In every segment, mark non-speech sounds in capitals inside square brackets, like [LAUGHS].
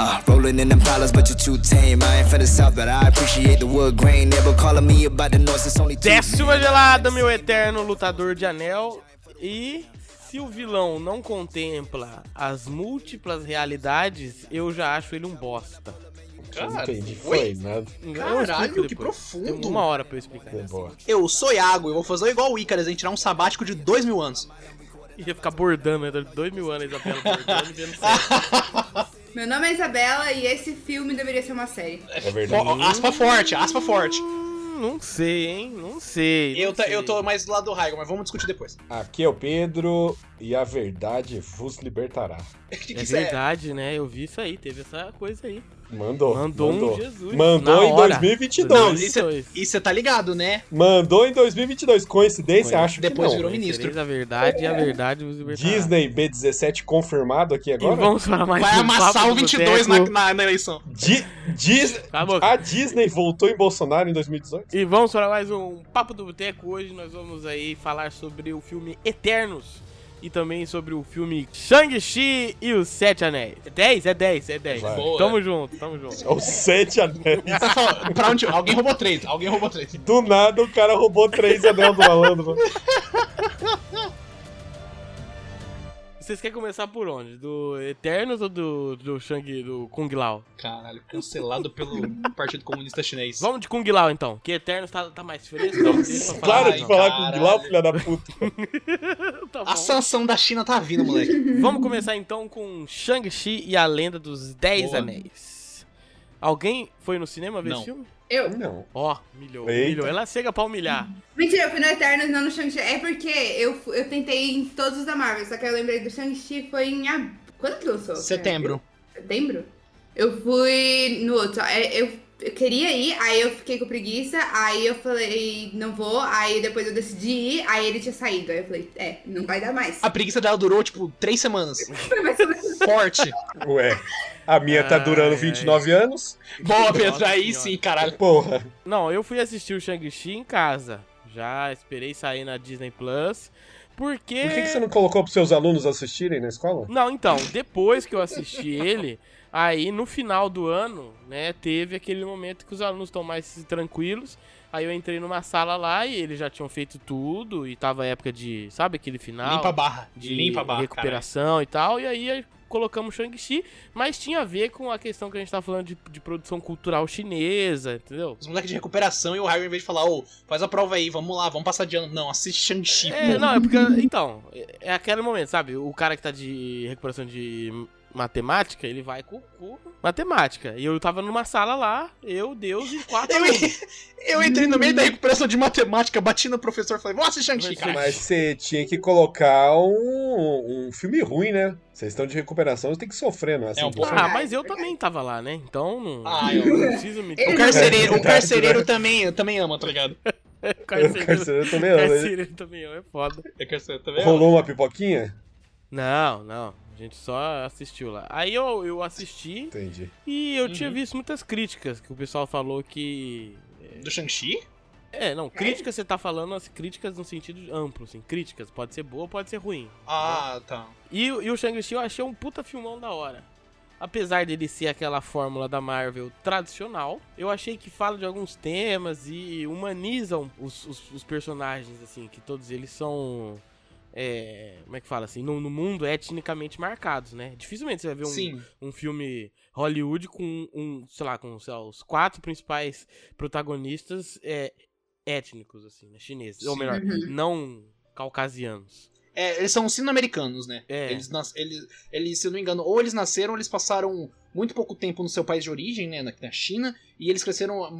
Uh, Rolling in them dollars, but you're too tame. I ain't for the south, but I appreciate the wood grain. Never calling me about the noise, it's only two Décima gelada, meu eterno lutador de anel. E se o vilão não contempla as múltiplas realidades, eu já acho ele um bosta. Cara, entendi. Foi foi? nada. Eu Caralho, explico que depois. profundo. Tem uma hora pra eu explicar. Foi boa. Eu sou Iago, eu vou fazer igual o Icarus, hein? Tirar um sabático de dois mil anos. Ia ficar bordando, né? durante dois mil anos a Isabela bordando e vendo série. Meu nome é Isabela e esse filme deveria ser uma série. É Ó, verdade. ó, aspa forte, aspa forte. Hum, Não sei, hein? Não sei. não Eu, tá- sei. eu tô mais do lado do Raigo, mas vamos discutir depois. Aqui é o Pedro e a verdade vos libertará. O que que É isso é? verdade, né? Eu vi isso aí, teve essa coisa aí. Mandou. Mandou um Jesus, Mandou na em hora. Não, 2022. Dois. isso é- isso você tá ligado, né? Mandou em 2022. Coincidência? Coincidência. Acho que não. Depois né? virou ministro. Conhecereis a verdade e a verdade vos um libertará. Disney B17 confirmado aqui E agora? vamos falar mais Vai de um amassar Papo o do 22 na, Boteco. na, na eleição. Di- Dis- [LAUGHS] Acabou. A Disney voltou em Bolsonaro em 2018? E vamos para mais um Papo do Boteco. Hoje nós vamos aí falar sobre o filme Eternos e também sobre o filme Shang-Chi e os Sete Anéis. É 10? É 10, é 10. Vai. Boa. Tamo junto, tamo junto. É o Sete Anéis. Tá falando, pra onde? Alguém roubou três, alguém roubou três. Do nada o cara roubou três anel do malandro. Vocês querem começar por onde? Do Eternos ou do, do Shang, do Kung Lao? Caralho, cancelado pelo Partido Comunista Chinês. Vamos de Kung Lao então, que Eternos tá, tá mais feliz. Então, deixa eu Para mais, de não. falar com o Glau, caralho. filha da puta. Tá bom. A sanção da China tá vindo, moleque. Vamos começar então com Shang-Chi e a Lenda dos Dez Boa. Anéis. Alguém foi no cinema ver Não. esse filme? Eu? Não. Ó, milhou, Eita. milhou. Ela chega pra humilhar. Mentira, eu fui no Eternos, não no Shang-Chi. É porque eu, fu- eu tentei em todos os da Marvel, só que eu lembrei do Shang-Chi foi em... ab- Quando que lançou? Setembro. Setembro? Eu fui no outro. é, Eu, eu queria ir, aí eu fiquei com preguiça, aí eu falei, não vou, aí depois eu decidi ir, aí ele tinha saído. Aí eu falei, é, não vai dar [LAUGHS] mais. A preguiça dela durou, tipo, três semanas. Foi mais ou menos Forte. Ué, a minha tá Ai, durando 29 anos? Boa, Nossa Pedro, aí senhora. sim, caralho. Porra. Não, eu fui assistir o Shang-Chi em casa. Já esperei sair na Disney Plus. Porque. Por que, que você não colocou pros seus alunos assistirem na escola? Não, então, depois que eu [LAUGHS] assisti ele, aí no final do ano, né, teve aquele momento que os alunos estão mais tranquilos. Aí eu entrei numa sala lá e eles já tinham feito tudo e tava a época de, sabe aquele final? Limpa a barra. de Limpa a barra. caralho. recuperação e tal. E aí colocamos Shang-Chi, mas tinha a ver com a questão que a gente tá falando de, de produção cultural chinesa, entendeu? Os moleques de recuperação e o Harry, em vez de falar, ô, faz a prova aí, vamos lá, vamos passar de ano. Não, assiste Shang-Chi, É, pô. não, é porque. Então, é- é aquele momento, sabe? O cara que tá de recuperação de matemática, ele vai com, com matemática. E eu tava numa sala lá, eu, Deus e quatro Eu, alunos. eu entrei no meio da recuperação de matemática, bati no professor e falei, vamos assistir Shang-Chi, Mas- cara. Mas você tinha que colocar um, um filme ruim, né? Vocês estão de recuperação, vocês têm que sofrer, não é assim? É um que pouco- funciona? Ah, mas eu também tava lá, né? Então não, Ah, eu- não preciso me. O Ele- carcereiro, o Verdade, carcereiro também, também ama, tá ligado? [LAUGHS] Eu Carcereiro. carcereiro também, né? Carcereiro também, é foda. É carcereiro também ama. Rolou uma pipoquinha? Não, não. A gente só assistiu lá. Aí eu, eu assisti Entendi. e eu tinha Uhum. visto muitas críticas que o pessoal falou que. Do Shang-Chi? É, não, críticas você tá falando as críticas no sentido amplo, assim. Críticas, pode ser boa, pode ser ruim. Ah, tá. E, e o Shang-Chi eu achei um puta filmão da hora. Apesar dele ser aquela fórmula da Marvel tradicional, eu achei que fala de alguns temas e humanizam os, os- os personagens, assim, que todos eles são. é, como é que fala assim? No, no mundo etnicamente marcados, né? Dificilmente você vai ver um, Sim. um filme Hollywood com um, sei lá, com sei lá, os quatro principais protagonistas é, étnicos, assim, né? chineses. Ou Sim. melhor, Uhum. não caucasianos. É, eles são sino-americanos, né? É. Eles, nas, eles, eles, se eu não me engano, ou eles nasceram, ou eles passaram muito pouco tempo no seu país de origem, né? Na, na China, e eles cresceram a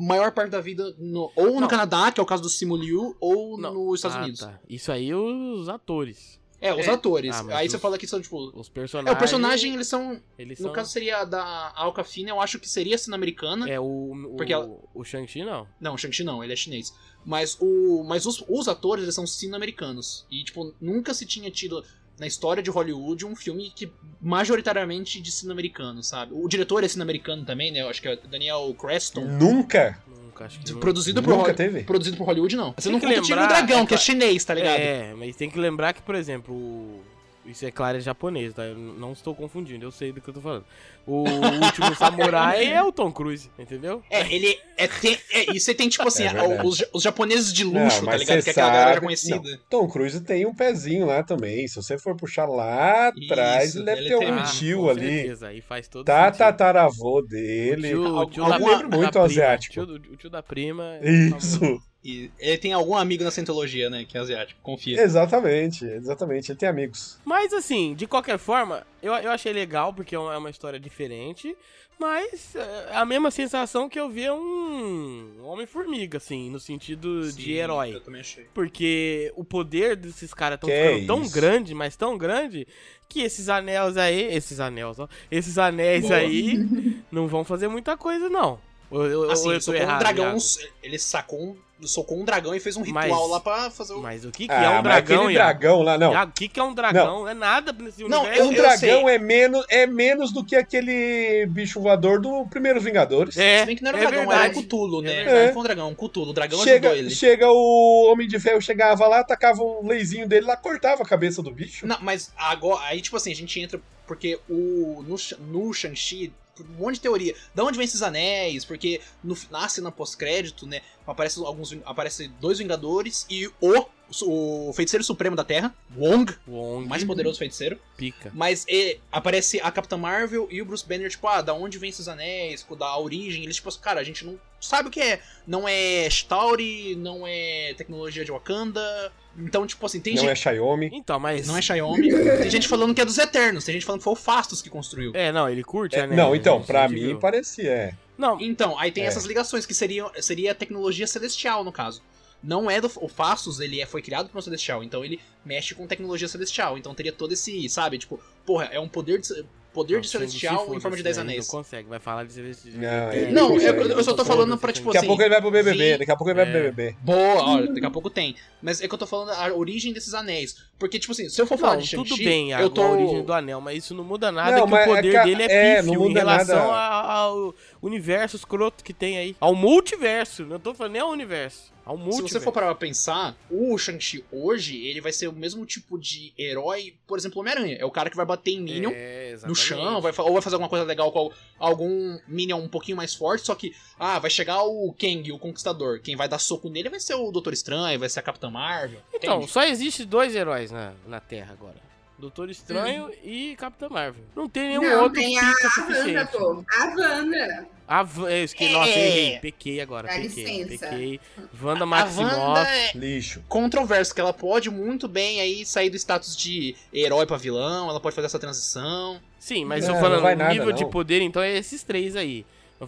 maior parte da vida no- ou no Não. Canadá, que é o caso do Simu Liu, ou Não. tipo, nos Estados Ah, Unidos. tá. Isso aí os atores. É, os atores. Ah, mas Aí os- você fala que são, tipo. Os É, personagens. o personagem, eles são. Eles No são- caso seria a da Alcafina, eu acho que seria sino-americana. É, o. o Porque ela- O Shang-Chi não. Não, Shang-Chi não, ele é chinês. Mas, o, mas os, os atores, eles são sino-americanos. E, tipo, nunca se tinha tido na história de Hollywood um filme que majoritariamente de sino-americano, sabe? O diretor é sino-americano também, né? Eu acho que é Daniel Creston. Nunca? Hum. Nunca, acho que. não- Produzido por, Nunca Hollywood, teve? produzido por Hollywood, não. Você não que conta o Tigre e o lembrar- Dragão, é que cla- é chinês, tá ligado? É, mas tem que lembrar que, por exemplo, o. Isso é claro, é japonês, tá? Eu não estou confundindo, eu sei do que eu tô falando. [LAUGHS] O último samurai é o Tom Cruise, entendeu? É, ele é, tem, é isso aí tem tipo assim, É verdade. os, ja- os japoneses de Não, luxo, tá mas ligado? cê Que é aquela galera sabe- conhecida. não, Tom Cruise tem um pezinho lá também. Se você for puxar lá Isso, atrás, ele deve ele ter tem um mesmo. tio Ah, com ali. certeza, aí faz todo Tá sentido. tataravô O dele. tio- o tio algum- da- algum- da muito prima, asiático. O tio, do- o tio da prima. é famoso. Isso, E ele tem algum amigo na Scientologia, né? Que é asiático, confia. exatamente, exatamente. Ele tem amigos. Mas assim, de qualquer forma, eu, eu achei legal porque é uma é uma história diferente, mas é, a mesma sensação que eu via um Homem-Formiga, assim, no sentido Sim, de herói. Eu também achei. Porque o poder desses caras tão Que ficando é tão isso. grande, mas tão grande, que esses anéis aí, esses anéis, ó, esses anéis Boa. aí [LAUGHS] não vão fazer muita coisa, não. Ou, eu- ou Assim, eu ele tô socou um errado, dragão, Iago? ele sacou um, socou um dragão e fez um ritual Mas- lá pra fazer o... Mas o que, que ah, é um mas dragão, aquele Iago? dragão lá, não. Iago, o que, que é um dragão? É nada nesse Não, universo. eu- um eu dragão sei. é menos, é menos do que aquele bicho voador do Primeiros Vingadores. Se bem que não era um é dragão, verdade. era um cutulo, né? É verdade. Não foi um dragão, um cutulo. O dragão ajudou Chega, ele. chega o Homem de Ferro, chegava lá, tacava um leizinho dele lá, cortava a cabeça do bicho. Não, mas agora, aí tipo assim, a gente entra porque o no, Sha- no Shang-Chi, um monte de teoria. Da onde vem esses anéis? Porque no, na cena pós-crédito, né, aparece alguns ving- aparece dois vingadores e o o feiticeiro supremo da Terra, Wong, o Wong, mais poderoso feiticeiro. pica. Mas é, aparece a Capitã Marvel e o Bruce Banner, tipo, ah, da onde vem esses anéis, da origem. Eles, tipo, cara, a gente não sabe o que é. Não é Stauri, não é tecnologia de Wakanda. Então, tipo assim, tem não gente. é Xiaomi. Então, mas... Não é Xiaomi. Tem gente falando que é dos Eternos, tem gente falando que foi o Fastos que construiu. É, não, ele curte, né? não, então, Isso pra a gente mim viu. parecia. é. Não, Então, aí tem É. essas ligações, que seria, seria a tecnologia celestial, no caso. Não é do. O Fastos, ele é, foi criado por um celestial, então ele mexe com tecnologia celestial. Então teria todo esse, sabe? Tipo, porra, é um poder de, poder não, de se ele se celestial foda, em forma de assim, 10 aí anéis. Não consegue, vai falar de celestial. Não, é- Não, Não, eu, consegue, eu só tô consegue. falando pra, tipo Daqui a assim. pouco ele vai pro BBB, vi- daqui a pouco ele vai pro É. BBB. Boa, olha, Hum. daqui a pouco tem. Mas é que eu tô falando a origem desses anéis. Porque, tipo assim, se eu for falar Não, de tudo Shang-Chi, bem, a, eu tô. a origem do anel, mas isso não muda nada Não, que mas o é poder que a- dele é é, não pífio em muda relação nada. a- ao universo escroto que tem aí. Ao multiverso, não tô falando nem ao universo, ao Se multiverso. você for parar pra pensar, o Shang-Chi hoje, ele vai ser o mesmo tipo de herói, por exemplo, Homem-Aranha. É o cara que vai bater em Minion É, no exatamente. chão, vai, fa- ou vai fazer alguma coisa legal com al- algum Minion um pouquinho mais forte, só que, ah, vai chegar o Kang, o Conquistador. Quem vai dar soco nele vai ser o Doutor Estranho, vai ser a Capitã Marvel. Então, entende? só existe dois heróis na, na Terra agora. Hum. Doutor Estranho e Capitã Marvel. Não tem nenhum Não, outro tem a pica Wanda, suficiente. pô. A Wanda. A Va- eu esque... Nossa, É. errei. Pequei agora. Dá pequei. licença. Pequei. Wanda a Maximoff. Wanda é Lixo. controverso, que ela pode muito bem aí sair do status de herói pra vilão, ela pode fazer essa transição. Sim, mas Não, eu não falando, vai o nada, nível de não. poder, então, é esses três aí.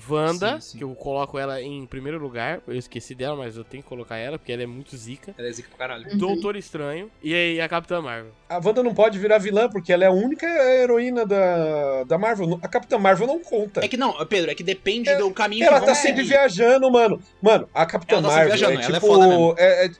Wanda, Sim, sim. que eu coloco ela em primeiro lugar. Eu esqueci dela, mas eu tenho que colocar ela, porque ela é muito zica. Ela é zica pra caralho. Doutor Estranho. E aí a Capitã Marvel. A Wanda não pode virar vilã porque ela é a única heroína da, da Marvel. A Capitã Marvel não conta. É que não, Pedro, é que depende Ela- do caminho Ela que tá vão sempre seguir. viajando, mano. Mano, a Capitã Ela tá sempre Marvel viajando, é ela é tipo. foda mesmo. é, é-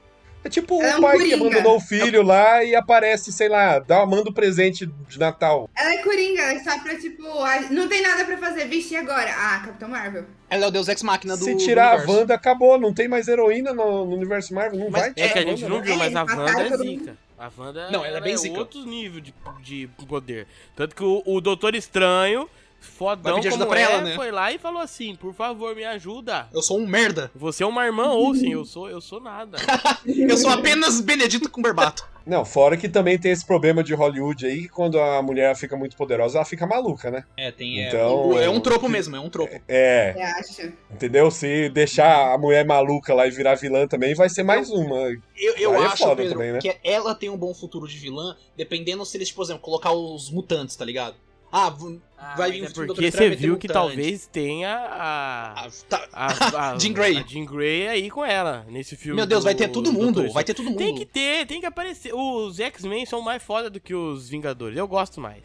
é tipo Ela é um um pai que coringa. abandonou o filho lá e aparece, sei lá, dá, manda o presente de Natal. Ela é coringa, ela está pra, tipo, a- não tem nada pra fazer. Vixe, e agora? Ah, Capitão Marvel. Ela é o Deus Ex Machina do Se tirar do a universo. Wanda, acabou. Não tem mais heroína no, no universo Marvel. Não Mas vai É tirar que a gente Wanda, né? não viu, mas a Wanda é zica. A Wanda Não, ela é bem zica. outro nível de, de poder. Tanto que o, o Doutor Estranho, fodão Vai pedir ajuda como pra é, ela, né? foi lá e falou assim, por favor, me ajuda. Eu sou um merda. Você é uma irmã ou sim, eu sou, eu sou [LAUGHS] nada. Tipo, Eu sou apenas Benedito Cumberbato. Não, fora que também tem esse problema de Hollywood aí, que quando a mulher fica muito poderosa, ela fica maluca, né? É, tem. É, Então- é um tropo mesmo, é um tropo. É, Você acha? entendeu? Se deixar a mulher maluca lá e virar vilã também, vai ser mais uma. Eu, eu Aí é acho, foda Pedro, também, né? que ela tem um bom futuro de vilã, dependendo se eles, por exemplo, colocar os mutantes, tá ligado? Ah, v- Vai vir Mas um é filme do Doutor porque Estranho, você vai ter viu que mutante. talvez tenha a... ah, tá- A, a- [LAUGHS] Jean Grey. A Jean Grey aí com ela, nesse filme. meu Deus, do- vai ter todo do mundo. Doutor Vai ter todo mundo. Tem que ter, tem que aparecer. Os X-Men são mais foda do que os Vingadores. Eu gosto mais.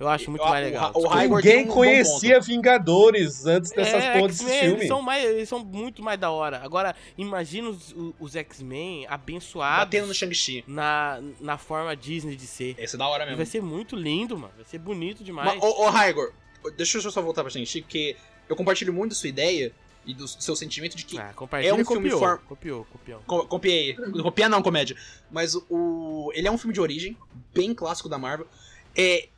Eu acho muito Eu- mais o- legal. o Desculpa. Raio- Howard tem um Ninguém bom conhecia Vingadores antes dessas É, porra desse X-Men, eles filme. são, mais, eles são muito mais da hora. Agora, imagina os, o- os X-Men tá, Batendo no abençoados Shang-Chi. na, na forma Disney de ser. Esse é da hora mesmo. Vai ser muito lindo, mano. Vai ser bonito demais. Mas, ô, ô Raigor, deixa eu só voltar pra gente, porque eu compartilho muito da sua ideia, e do seu sentimento de que Ah, compartilha É um copiou, filme for- copiou, copiou. Co- Copiei. Copiar não, comédia. Mas o. Ele é um filme de origem, bem clássico da Marvel. É.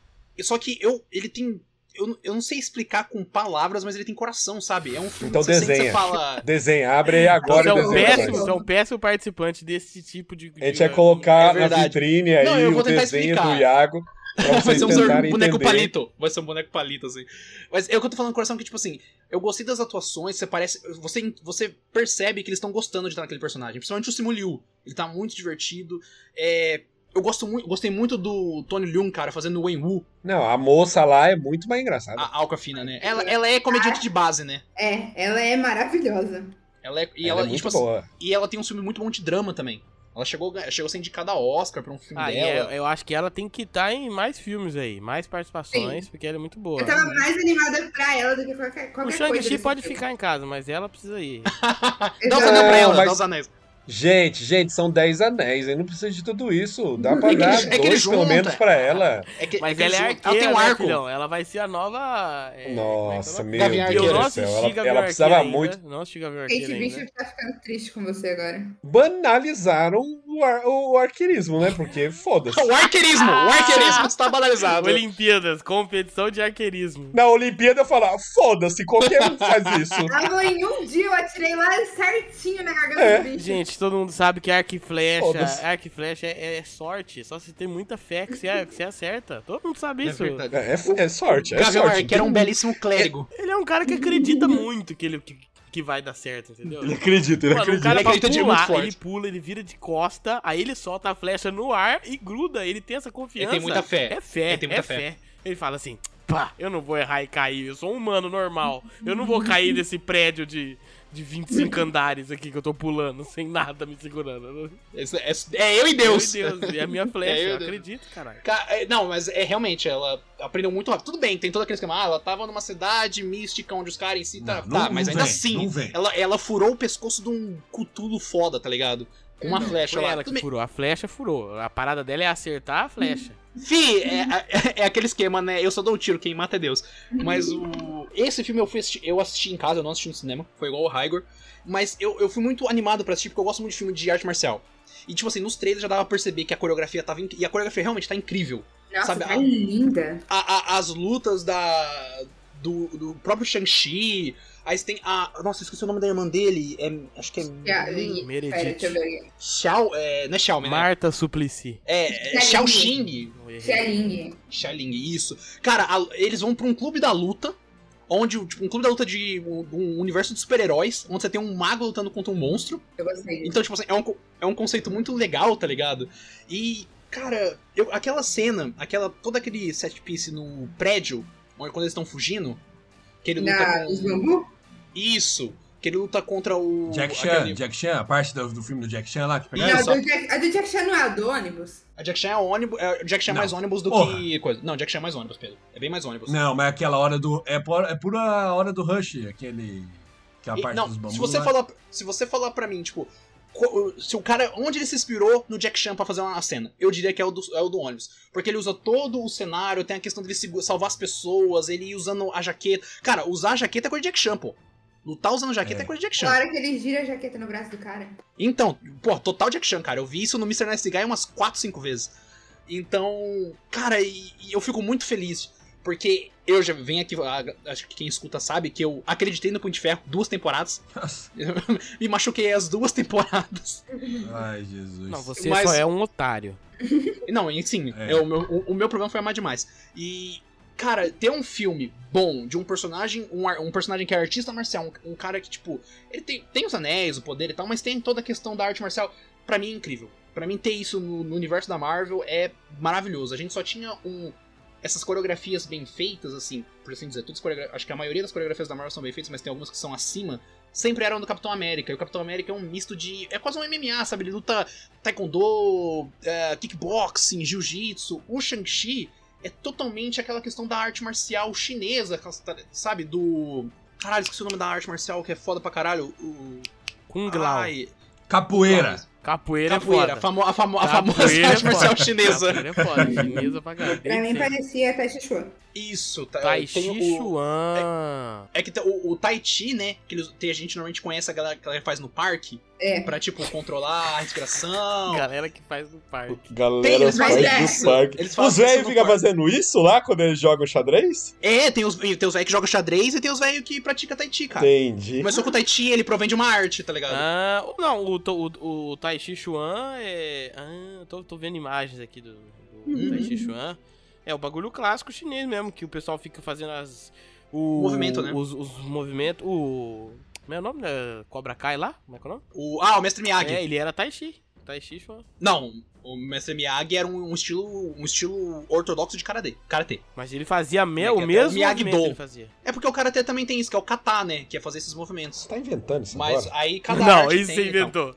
Só que eu. Ele tem. Eu, não- eu não sei explicar com palavras, mas ele tem coração, sabe? É um filme Então que você sente, desenha. você fala. Desenha, abre aí agora Você é e um desenha. pra péssimo, nós. você é um péssimo participante desse tipo de. A gente de- vai colocar É na verdade. vitrine aí Não, eu vou o tentar desenho explicar. do Iago pra Vai Então vocês ser um tentarem boneco entender. palito. Vai ser um boneco palito, assim. Mas é o que eu tô falando no coração que, tipo assim, eu gostei das atuações, você parece. Você, você percebe que eles estão gostando de estar naquele personagem. Principalmente o Simu Liu. Ele tá muito divertido. É, Eu gosto muito, gostei muito do Tony Leung, cara, fazendo o Wen Wu, Não, a moça lá é muito mais engraçada. a Alcafina, né? Ela, ela é comediante de base, né? É, ela é maravilhosa. Ela é, e ela, ela, é e, muito tipo assim, boa. e ela tem um filme muito bom de drama também. Ela chegou, a ganhar- chegou a ser indicada a Oscar pra um filme Ah, e dela. eu, eu acho que ela tem que estar em mais filmes aí, mais participações, porque ela é muito boa. Eu tava mais animada pra ela do que qualquer, O qualquer coisa. Shang-Chi desse pode filme. ficar em casa, mas ela precisa ir. é- Dá os Exato. anéis pra ela, Não, mas- dá os anéis. Gente, gente, são 10 anéis, aí não precisa de tudo isso. Dá pra É que dar eles- é que dois, eles pelo juntam, menos, é. pra ela. É que- Mas que ela é eles- arqueira, Ela tem um né, arco. filhão? Ela vai ser a nova... é, então como é que Nossa, é o nome? meu Gavião Deus Eu Arqueiro. não do assisti céu. Ela, Gavião ela precisava Arqueiro muito. Ainda. Não assisti Gavião Kate Arqueiro ainda. Bishop tá ficando triste com você agora. Banalizaram o, ar, o arqueirismo, né? Porque [LAUGHS] foda-se. O É um arqueirismo! O arqueirismo Ah! tá está banalizado. Olimpíadas, competição de arqueirismo. Na Olimpíada eu falava, foda-se, qualquer um faz [LAUGHS] isso. Ah, mãe, em um dia eu atirei lá certinho na garganta É. do bicho. Gente, todo mundo sabe que arco e Foda-se. flecha, arco e flecha é, é sorte. Só se tem muita fé que você, que você acerta. Todo mundo sabe isso. É, é- é sorte, é Gavião sorte. Arqueiro era um belíssimo clérigo. Ele é um cara que acredita muito que, ele, que, que vai dar certo, entendeu? Ele acredita, ele Mano, tá o acredita. cara pra acredita de muito pular, forte. ele pula, ele vira de costa, aí ele solta a flecha no ar e gruda. Ele tem essa confiança. Ele tem muita fé. É fé, Ele tem muita é fé. Ele fala assim, pá, eu não vou errar e cair, eu sou um humano normal. Eu não vou cair desse prédio de, de 25 andares aqui que eu tô pulando, sem nada me segurando. É, é- é eu e Deus. Meu [LAUGHS] Deus, é a minha flecha, É, meu eu Deus. acredito, caralho. Ca- é, Não, mas é realmente, ela aprendeu muito rápido. Tudo bem, tem todo aquele esquema. Ah, ela tava numa cidade mística onde os caras em si. Tá, Não, tá, não mas ainda vem, assim, não vem. ela, ela furou o pescoço de um cutulo foda, tá ligado? Com uma flecha Foi lá. ela Tudo que furou, a flecha furou. A parada dela é acertar a flecha. Fih, é, é- é aquele esquema, né? Eu só dou o tiro, quem mata é Deus. Mas o. Esse filme eu, fui assisti, eu assisti em casa, eu não assisti no cinema, foi igual o Raigor. Mas eu, eu fui muito animado pra assistir, porque eu gosto muito de filme de arte marcial. E, tipo assim, nos trailers já dava pra perceber que a coreografia tava. inc- E a coreografia realmente tá incrível. Nossa, Sabe, tá a- linda. A- a- as lutas da. Do, do próprio Shang-Chi. Aí você tem a. Nossa, eu esqueci o nome da irmã dele. É, acho que é. Yeah, e- Pera, deixa eu Meredith. ver. Xiao. É, não é Xiao, né? Marta Suplicy. É, é Xiao Xing. Não errei. Xia Shailene, isso. Cara, a- eles vão pra um clube da luta, onde, tipo, um clube da luta de um, um universo de super-heróis, onde você tem um mago lutando contra um monstro. Eu gostei. Então, tipo assim, é um, co- é um conceito muito legal, tá ligado? E, cara, eu- aquela cena, aquela todo aquele set piece no prédio, onde quando eles estão fugindo, que ele luta Na, os com... bambu? Isso, que ele luta contra o... Jack Chan, aquele- Jack Chan, a parte do, do filme do Jack Chan lá que Não, pegaram. Olha a só. do Jack- a do Jack Chan não é a do ônibus? A Jack Chan é ônibus, é, Jack Chan é Não. mais ônibus do Porra. que coisa. Não, Jack Chan é mais ônibus, Pedro. É bem mais ônibus. Não, mas aquela hora do. É, por- é pura hora do Rush, aquele. Aquela E- parte não, dos bambus. se você lá. falar, se você falar para mim, tipo, co- se o cara, onde ele se inspirou no Jack Chan pra fazer uma cena? Eu diria que é o do, é o do ônibus, porque ele usa todo o cenário, tem a questão dele segu- salvar as pessoas, ele ir usando a jaqueta. Cara, usar a jaqueta é coisa de Jack Chan, pô. Lutar usando jaqueta é, É. coisa de Jack Chan. Na hora que ele gira a jaqueta no braço do cara. Então, pô, total Jack Chan, cara. Eu vi isso no Mr. Nice Guy umas 4, 5 vezes. Então, cara, e, e eu fico muito feliz. Porque eu já venho aqui, a- acho que quem escuta sabe que eu acreditei no Punho de Ferro duas temporadas. Nossa. Me machuquei as duas [LAUGHS] temporadas. Ai, Jesus. Não, você Mas- só é um otário. Não, e sim, É. é, o, meu, o, o meu problema foi amar demais. E, cara, ter um filme bom de um personagem, um, ar- um personagem que é artista marcial, um, um cara que, tipo, ele tem, tem os anéis, o poder e tal, mas tem toda a questão da arte marcial, pra mim é incrível. Pra mim, ter isso no, no universo da Marvel é maravilhoso. A gente só tinha um. Essas coreografias bem feitas, assim, por assim dizer, todas as coreogra- acho que a maioria das coreografias da Marvel são bem feitas, mas tem algumas que são acima, sempre eram do Capitão América. E o Capitão América é um misto de. É quase um MMA, sabe? Ele luta taekwondo, é, kickboxing, jiu-jitsu, o Shang-Chi é totalmente aquela questão da arte marcial chinesa, aquela- sabe? Do. Caralho, esqueci o nome da arte marcial que é foda pra caralho. O. Kung Lao. Ai, Capoeira. Capoeira. um Capoeira, Capoeira, é a, foda. famo- a famo- a Capoeira famosa arte é foda. marcial chinesa. Capoeira é foda, chinesa pra caralho. Pra Tem mim que ser. parecia Tai Chi Chuan. Isso, tá, Tai tem Chi o- Chuan. É que tem o, o Tai Chi, né? Que eles- tem, a gente normalmente conhece a galera que ela faz no parque. É. Pra, tipo, controlar a respiração. Galera que faz um no parque. Tem, Galera, eles os fazem pais isso. é. do parque. Eles fazem Os velhos isso no ficam parque. fazendo isso lá quando eles jogam xadrez? É, tem os, tem os velhos que jogam xadrez e tem os velhos que praticam Tai Chi, cara. Entendi. Mas só que o Tai Chi, ele provém de uma arte, tá ligado? Ah, o- não, o, to- o, o Tai Chi Chuan é. Ah, tô, tô vendo imagens aqui do, do Uhum. Tai Chi Chuan. É o bagulho clássico chinês mesmo, que o pessoal fica fazendo as. O, Movimento, né? Os, os movimentos. O. Como é o nome da Cobra Kai lá? Como é que é o nome? O, ah, o Mestre Miyagi. É, ele era Tai Chi. Tai Chi Chuan. Não, o Mestre Miyagi era um, um estilo um estilo ortodoxo de karatê. karatê. Mas ele fazia me- É, que o até o mesmo Miyagi-Do. movimento que ele fazia. É porque o karatê também tem isso, que é o kata, né? Que é fazer esses movimentos. Você tá inventando isso Mas agora? aí cada não, arte isso você tem, então. inventou.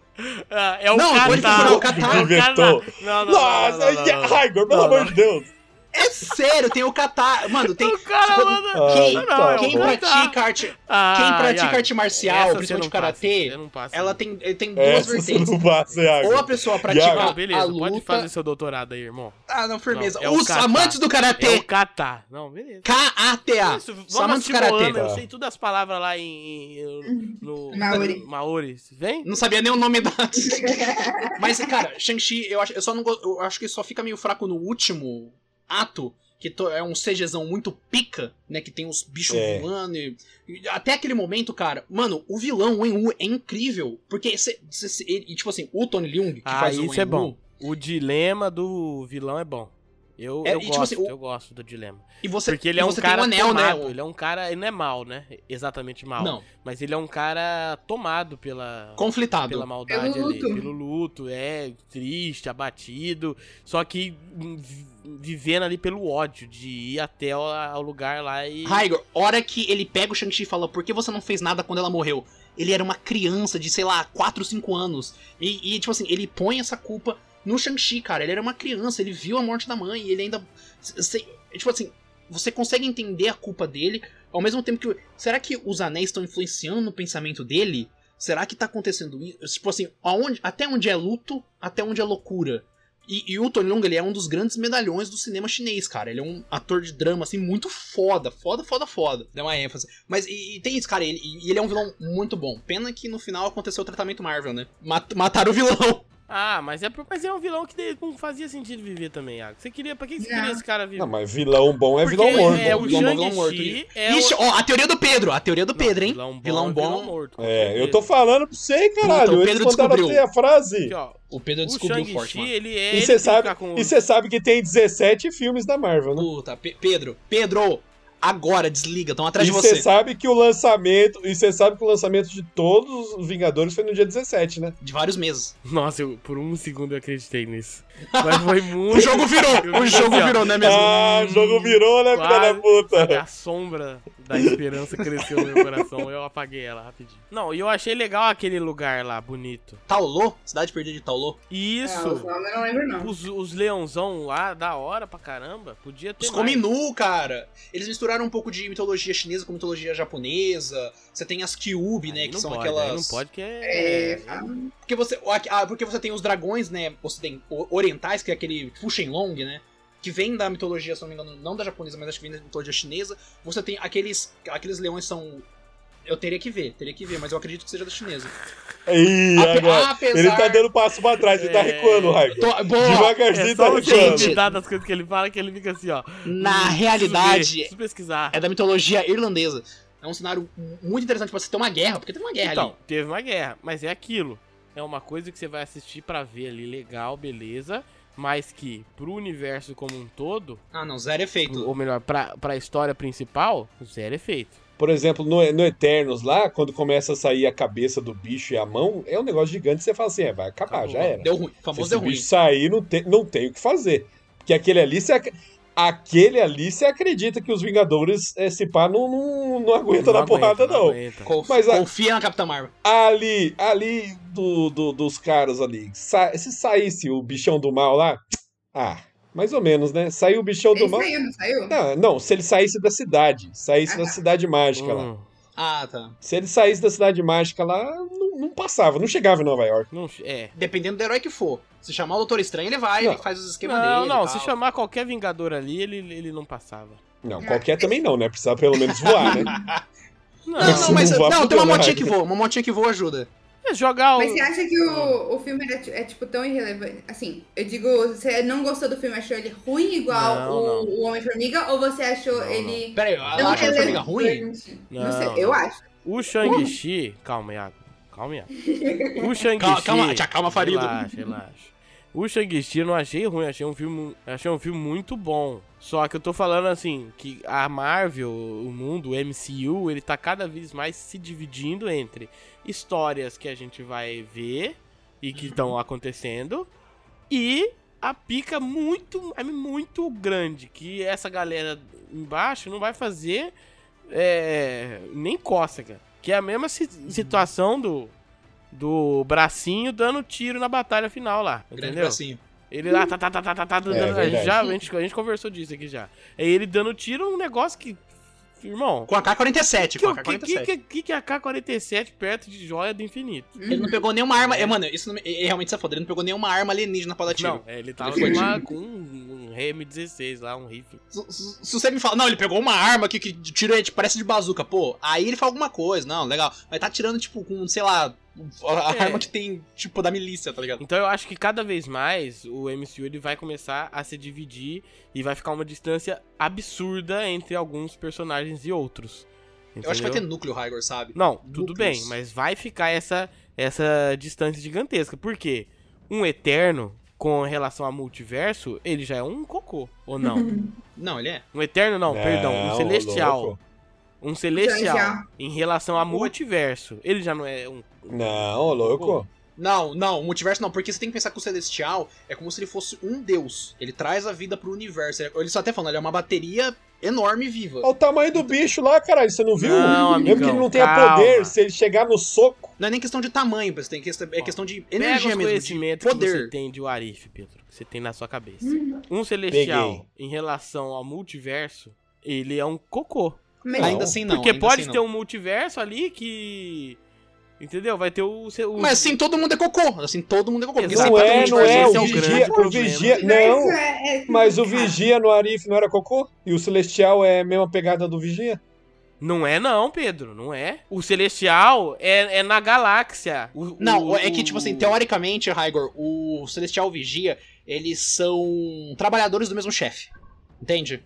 Ah, é o Não, Catar. pode procurar o Catar. É o Inventou. Catar. Não, não, Nossa, é não, não, não, não. [LAUGHS] ai, Igor, pelo Não, amor não. de Deus. É sério, tem o kata. [LAUGHS] Mano, tem. O cara Quem- manda... Quem, Ah, tá quem bom. pratica arte, Ah, Tipo, quem pratica Iago, arte essa marcial, você principalmente não passa, karatê, você não passa. ela tem, eh, tem duas Essa você vertentes. não passa, Ou a Iago. pessoa pratica Não, a beleza, luta. pode fazer seu doutorado aí, irmão. Ah, não, firmeza. Não, é o Os kata. amantes do É o karatê. Catar. Não, beleza. K-A-T-A. Isso, vamos Os amantes do assistir Moana, karatê. eu Tá. sei todas as palavras lá em... em- no... Maori. Maori. Vem? Não sabia nem o nome da. Mas, cara, Shang-Chi, eu acho, eu, só não go- eu acho que só fica meio fraco no último ato, que to- é um CGzão muito pica, né? Que tem os bichos É. voando. E, e até aquele momento, cara, mano, o vilão, o Wen Wu, é incrível. Porque, cê, cê- cê- ele- e, tipo assim, o Tony Leung, que Ah, faz o isso Wen é bom. Wu, O dilema do vilão é bom. Eu, É, eu e, tipo gosto, assim, o- eu gosto do dilema. E você, Porque ele e é um você cara tem um anel, tomado, né? o- ele é um cara, ele não é mal, né? Exatamente mal. Não, Mas ele é um cara tomado pela conflitado. pela maldade Pelo ali, luto. pelo luto, é triste, abatido, só que hum, vi- vivendo ali pelo ódio de ir até o, ao lugar lá e Raigor, hora que ele pega o Shang-Chi e fala, por que você não fez nada quando ela morreu? Ele era uma criança de, sei lá, 4, 5 anos. E, e, tipo assim, ele põe essa culpa no Shang-Chi, cara. Ele era uma criança, ele viu a morte da mãe e ele ainda. se- se- tipo assim, você consegue entender a culpa dele, ao mesmo tempo que. Será que os anéis estão influenciando o pensamento dele? Será que tá acontecendo isso? Tipo assim, aonde, até onde é luto, até onde é loucura. E, e o Tony Leung, ele é um dos grandes medalhões do cinema chinês, cara. Ele é um ator de drama, assim, muito foda. Foda, foda, foda. Dá uma ênfase. Mas, e, e tem isso, cara. Ele, e e ele é um vilão muito bom. Pena que no final aconteceu o tratamento Marvel, né? Mat- mataram o vilão. Ah, mas é pro- mas é um vilão que de- não fazia sentido viver também, Iago. Você queria para que você queria Não. esse cara viver? Não, mas vilão bom é vilão Porque morto. É o Vilão bom, vilão Shang-Chi, é Ixi, o ó, a teoria do Pedro. A teoria do Não, Pedro, hein? Vilão bom, Vilão é bom. morto. com É, eu certeza. tô falando pra você, caralho. Puta, o Eles Então, Pedro contaram pra descobriu. você a frase. Aqui, ó, O Pedro o descobriu forte, Shang-Chi, mano. ele é E ele você tem que sabe- ficar com E você sabe que tem 17 filmes da Marvel, né? Puta, Pe- Pedro. Pedro, agora desliga. Estão atrás E de você. você sabe que o lançamento. E você sabe que o lançamento de todos os Vingadores foi no dia 17, né? De vários meses. Nossa, eu, por um segundo eu acreditei nisso. Mas foi muito. Assim, [LAUGHS] O Um [LAUGHS] jogo virou. O jogo virou, né mesmo? Ah, o jogo virou, né, filha Quase. da puta? É A sombra da esperança cresceu no meu coração. Eu apaguei ela rapidinho. Não, e eu achei legal aquele lugar lá, bonito. Taolô? Cidade perdida de Taolô? E Ah, os isso, nomes eu [LAUGHS] não lembro, não. os, os leãozão lá, da hora pra caramba. Podia ter. Os mais. Kominu, cara. Eles misturaram um pouco de mitologia chinesa com mitologia japonesa. Você tem as Kyubi, Aí né? Que não são pode, aquelas. aí Não pode que é. É, fala. Porque você, ah, porque você tem os dragões, né? ociden- o- orientais, que é aquele Fu Shenlong, né? Que vem da mitologia, se não me engano, não da japonesa, mas acho que vem da mitologia chinesa. Você tem aqueles. Aqueles leões são. Eu teria que ver, teria que ver, mas eu acredito que seja da chinesa. Ih, Ape- agora. Apesar. Ele tá dando passo pra trás, ele tá É. recuando, Raigo. Tô- boa, Devagarzinho É tá só o jeito recuando. de dar das coisas que ele fala que ele fica assim, ó. na Hum, Preciso, ver, realidade, preciso pesquisar. é da mitologia irlandesa. É um cenário muito interessante pra você ter uma guerra, porque tem uma guerra ali. Então, teve uma guerra, mas é aquilo. É uma coisa que você vai assistir pra ver ali, legal, beleza. Mas que pro universo como um todo, Ah, não, zero efeito. Hum. ou melhor, pra, pra história principal, zero efeito. Por exemplo, no, no Eternos lá, quando começa a sair a cabeça do bicho e a mão, é um negócio gigante. Você fala assim, é, vai acabar, Acabou. já era. Deu ruim. O Se famoso esse deu ruim. bicho sair, não tem, não tem o que fazer. Porque aquele ali, você, ac- aquele ali, você acredita que os Vingadores, é, se pá, não, não, não aguenta na porrada, não. aguenta. Conf- Mas a- Confia na Capitã Marvel. Ali, ali do, do- dos caras ali, sa- se saísse o bichão do mal lá, ah, mais ou menos, né? Saiu o bichão do Ele mal. saiu, não saiu? Não, não, se ele saísse da cidade, saísse Ah, da tá. cidade mágica lá. Hum. Ah, tá. Se ele saísse da cidade mágica lá, não, não passava, não chegava em Nova York. Não, che- é. Dependendo do herói que for. Se chamar o Doutor Estranho, ele vai, Não. ele faz os esquemas Não, dele. não, e se tal. chamar qualquer Vingador ali, ele, ele não passava. Não, qualquer também não, né? Precisava pelo menos voar, né? Não, Não, não, Você mas. não vai Não, tem uma funcionar. motinha que voa, uma motinha que voa ajuda. é jogar o... Mas você acha que o, o filme era, ti- é, tipo, tão irrelevante? Assim, eu digo, você não gostou do filme, achou ele ruim igual Não, o, o Homem-Formiga? Ou você achou Não, ele... Pera aí, ela acha que relevante? formiga ruim? Não, Não, sei, não. eu acho. O Shang-Chi. Calma, Iago. Calma, Iago. [LAUGHS] O Shang-Chi. Calma, calma, te acalma, Farido. Relaxa, relaxa. O Shang-Chi eu não achei ruim, achei um filme, achei um filme muito bom. Só que eu tô falando assim, que a Marvel, o mundo, o MCU, ele tá cada vez mais se dividindo entre histórias que a gente vai ver e que Uhum. estão acontecendo e a pica muito, é muito grande que essa galera embaixo não vai fazer é, nem cócega, que é a mesma si- Uhum. situação do do bracinho dando tiro na batalha final lá, Grande entendeu? bracinho. Ele lá tá tá tá tá tá, tá dando- É, a, gente verdade. já, a gente a gente conversou disso aqui já. É ele dando tiro num negócio que irmão, Com a K-47, com Tipo a que, que, K-47. que, que, que é a K-47 perto de Joia do Infinito? Ele não pegou nenhuma arma. É, mano, isso não, é, é realmente safado. Ele não pegou nenhuma arma alienígena pra dar tiro. Não, é, ele tava Ele foi com, uma, com um, um RM16 lá, um rifle. Se, se- se você me fala, não, ele pegou uma arma que, que tira, é, tipo, parece de bazuca, pô, aí ele fala alguma coisa, não, legal. Mas tá tirando, tipo, com, sei lá, a, a É. arma que tem, tipo, da milícia, tá ligado? Então eu acho que cada vez mais o MCU ele vai começar a se dividir e vai ficar uma distância absurda entre alguns personagens e outros. Eu acho que vai ter entendeu? núcleo, Raigor, sabe? Não, tudo núcleos. bem, mas vai ficar essa, essa distância gigantesca. Por quê? Um Eterno, com relação a multiverso, ele já é um cocô, ou [LAUGHS] não? Não, ele é. um Eterno [LAUGHS] não, perdão, um ô, Celestial. louco. Um Celestial, Já. em relação a multiverso, ele já não é um Não, ô, louco. Não, não, o multiverso não, porque você tem que pensar que o Celestial é como se ele fosse um deus. Ele traz a vida pro universo. Ele, eles só até falando, ele é uma bateria enorme e viva. Olha o tamanho do bicho lá, caralho. Você não viu? Não, amigão, Mesmo que ele não tenha calma. poder, se ele chegar no soco. Não é nem questão de tamanho, mas tem questão, é questão de Pega energia os mesmo, de conhecimentos que você poder. Uhum. tem de Warif, Pedro, que você tem na sua cabeça. Um celestial, Peguei. em relação ao multiverso, ele é um cocô. Mas, Ainda assim não, Porque ainda pode assim ter não. um multiverso ali que. Entendeu? Vai ter o. seu- o- Mas assim, todo mundo é cocô. Assim, todo mundo é cocô. Porque Exato. você Não tá é, no não é. universo, Tipo, é o O vigia, grande o problema. vigia. mas Não, isso é- é- mas [LAUGHS] o vigia no Arif não era cocô? E o Celestial é a mesma pegada do vigia? [LAUGHS] Não é, não, Pedro, não é. O celestial é, é na galáxia. O- Não, o- é que, tipo assim, teoricamente, Raigor, o Celestial Vigia, eles são trabalhadores do mesmo chefe. Entende?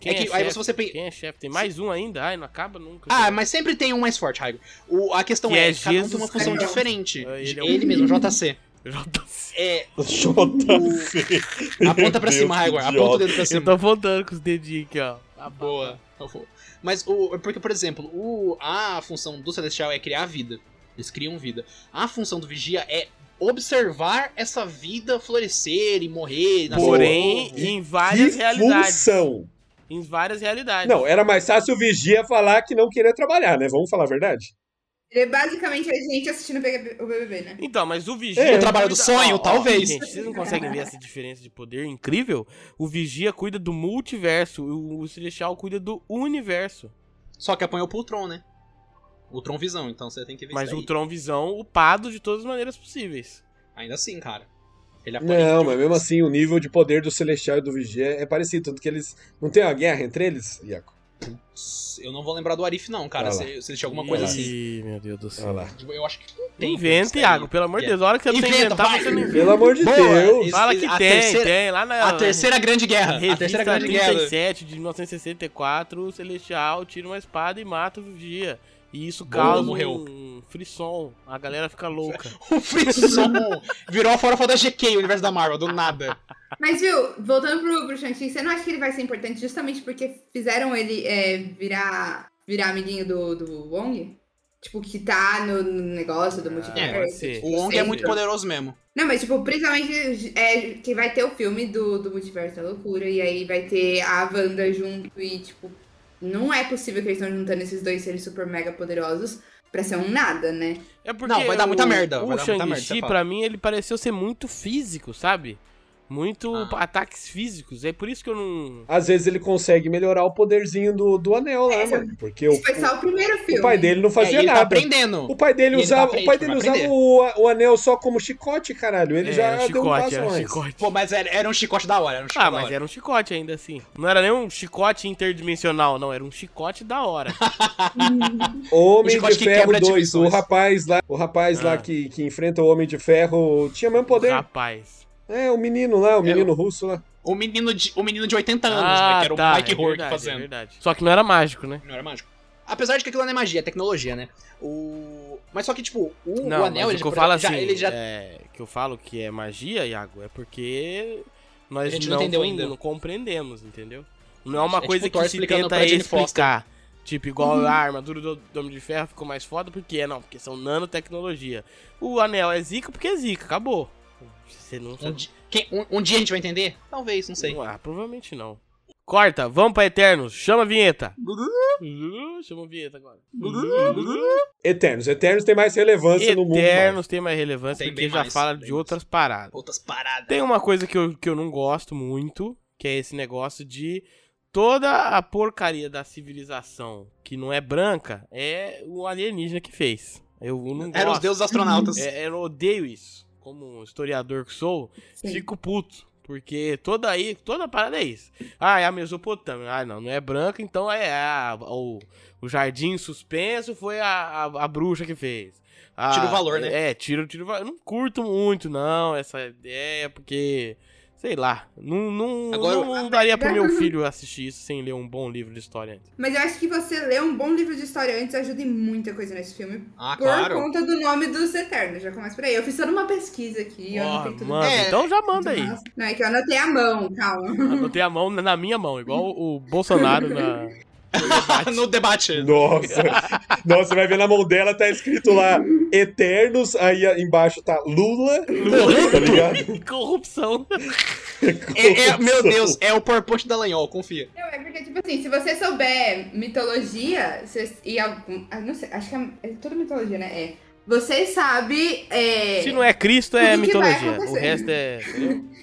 Quem é é, que- chefe? aí você pensa- Quem é chefe? Tem mais um ainda? Ai, não acaba nunca. Ah, mas sempre tem um mais forte, Raigor. O- A questão Que é, é cada um tem uma Jesus função Cristo. diferente. Ah, ele Ele, é um- [LAUGHS] mesmo, JC. JC. É, JC. aponta pra Meu cima, Deus, Raigor. que Aponta o dedo pra Eu cima. tô voltando com os dedinhos aqui, ó. Tá Boa. tá bom. Mas o. é Porque, por exemplo, o, a função do Celestial é criar vida. Eles criam vida. A função do Vigia é observar essa vida florescer e morrer. e nascer Porém, de novo. em várias Que realidades. função. Em várias realidades. Não, era mais fácil o vigia falar que não queria trabalhar, né? Vamos falar a verdade? Ele é basicamente a gente assistindo o BBB, o BBB, né? Então, mas o vigia. É, cuida- o trabalho do sonho, talvez. Gente, vocês não conseguem ver essa diferença de poder incrível? O vigia cuida do multiverso, o, o celestial cuida do universo. Só que apanhou pro Tron, né? O Tron Visão, então você tem que ver Mas isso o daí. Tron Visão upado de todas as maneiras possíveis. Ainda assim, cara. É Ele Não, mas mesmo assim, o nível de poder do Celestial e do Vigia é parecido. Tanto que eles. Não tem uma guerra entre eles, Iaco? assim. Eu não vou lembrar do Arif, não, cara. Vai lá. Se, se ele tinha alguma coisa assim. Tipo, Ih, meu Deus do Olha céu. lá. Eu acho que não tem. Inventa, Iago, pelo amor de Deus. A hora que você não Inventa, inventar, vai. você não inventa. Pelo amor de Boa, Deus! isso- Fala que a tem, terceira- tem. Lá na. A terceira grande guerra. Revista A terceira grande guerra. 37 de 1964, o Celestial tira uma espada e mata o Vigia. E isso Boa, causa morreu. um frisson. A galera fica louca. O Frisson virou a farofa da GK, o universo da Marvel, do nada. Mas, viu, voltando pro, pro Shang-Chi, você não acha que ele vai ser importante justamente porque fizeram ele é, virar, virar amiguinho do, do Wong? Tipo, que tá no, no negócio do multiverso. É, pode ser. tipo, O Wong é sei. muito poderoso mesmo. Não, mas, tipo, principalmente é, que vai ter o filme do, do multiverso da loucura e aí vai ter a Wanda junto e, tipo, não é possível que eles estão juntando esses dois seres super mega poderosos pra ser um nada, né? É porque Não, vai dar muita o- merda, O vai dar muita merda, Shang-Chi, você fala. pra mim, ele pareceu ser muito físico, sabe? Muito Ah. ataques físicos. É por isso que eu não. Às vezes ele consegue melhorar o poderzinho do, do anel lá, É, mano. Porque o, Isso foi só o primeiro o filme. pai dele não É, e fazia ele tá nada. aprendendo. O pai dele E ele tá usava, aprendendo, o, pai dele vai usava aprender. o, o anel só como chicote, caralho. Ele É, já era um deu um chicote, passo era um antes. chicote. Pô, mas era, era um chicote da hora, era um chicote Ah, da mas hora. era um chicote ainda assim. Não era nem um chicote interdimensional, não. Era um chicote da hora. Homem O chicote de que Ferro quebra tipo, 2, o dimensões. rapaz lá, o rapaz Ah. lá que, que enfrenta o Homem de Ferro tinha um mesmo poder. Rapaz. É, o menino lá, o menino russo lá. O menino de, o menino de 80 anos, né? Que era o Mike é Rourke verdade, é fazendo. verdade. Só que não era mágico, né? não era mágico. Apesar de que aquilo não é magia, é tecnologia, né? O... Mas só que, tipo, o, Não, o anel, mas ele o que eu já- falo já, assim, ele já é, que eu falo que é magia, Iago, é porque nós A gente não não, entendeu com- ainda. não compreendemos, entendeu? Não é uma É tipo coisa o Thor que se explicando tenta pra Uhum. Jane Foster. explicar. Tipo, igual a armadura do, do Homem de Ferro ficou mais foda, porque é, não, porque são nanotecnologia. O anel é zica porque é zica, acabou. Você não Um, di- quem- um- um dia a gente vai entender? Talvez, não sei. Ah, provavelmente não. Corta, vamos pra Eternos, chama a vinheta. Uhum. Chama a vinheta agora. Eternos. Eternos tem mais relevância no mundo. mano. Eternos tem mais relevância Tem porque bem já mais, fala bem de mais. outras paradas. Outras paradas. Tem uma coisa que eu, que eu não gosto muito, que é esse negócio de toda a porcaria da civilização que não é branca é o alienígena que fez. Eu não gosto. Eram os deuses astronautas. É, eu odeio isso. Como um historiador que sou, Sim. fico puto. Porque toda aí, toda parada é isso. Ah, é a Mesopotâmia. Ah, não, não é branca, então é a- o, o jardim suspenso foi a, a, a bruxa que fez. Ah, Tira o valor, né? É, tira, tira o valor. Eu não curto muito, não, essa ideia, porque, sei lá, não, não, Agora- não daria pro meu filho assistir isso sem ler um bom livro de história antes. Mas eu acho que você ler um bom livro de história antes ajuda em muita coisa nesse filme. Ah, por claro. conta do nome dos Eternos. Já começa por aí. Eu fiz toda uma pesquisa aqui. eu Ó, anotei tudo. manda, É. então já manda aí. Não, é que eu anotei a mão, calma. Anotei a mão na- na minha mão, igual o Bolsonaro [LAUGHS] na. [LAUGHS] no debate. [LAUGHS] Nossa. Nossa, você vai ver na mão dela, tá escrito lá Eternos, aí embaixo tá Lula, tá [LAUGHS] ligado? Corrupção. É- é- meu Deus, é o PowerPoint da Lanhol, confia. Não, é porque, tipo assim, se você souber mitologia, você- e algum. ah, Não sei, acho que é, é toda mitologia, né? É. Você sabe. É... Se não é Cristo, é O que que vai mitologia. O acontecer? resto é.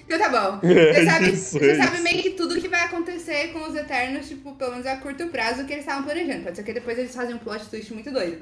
Então tá bom. É Você sabe, isso, você é sabe isso. meio que tudo que vai acontecer com os Eternos, tipo, pelo menos a curto prazo que eles estavam planejando. Pode ser que depois eles fazem um plot twist muito doido.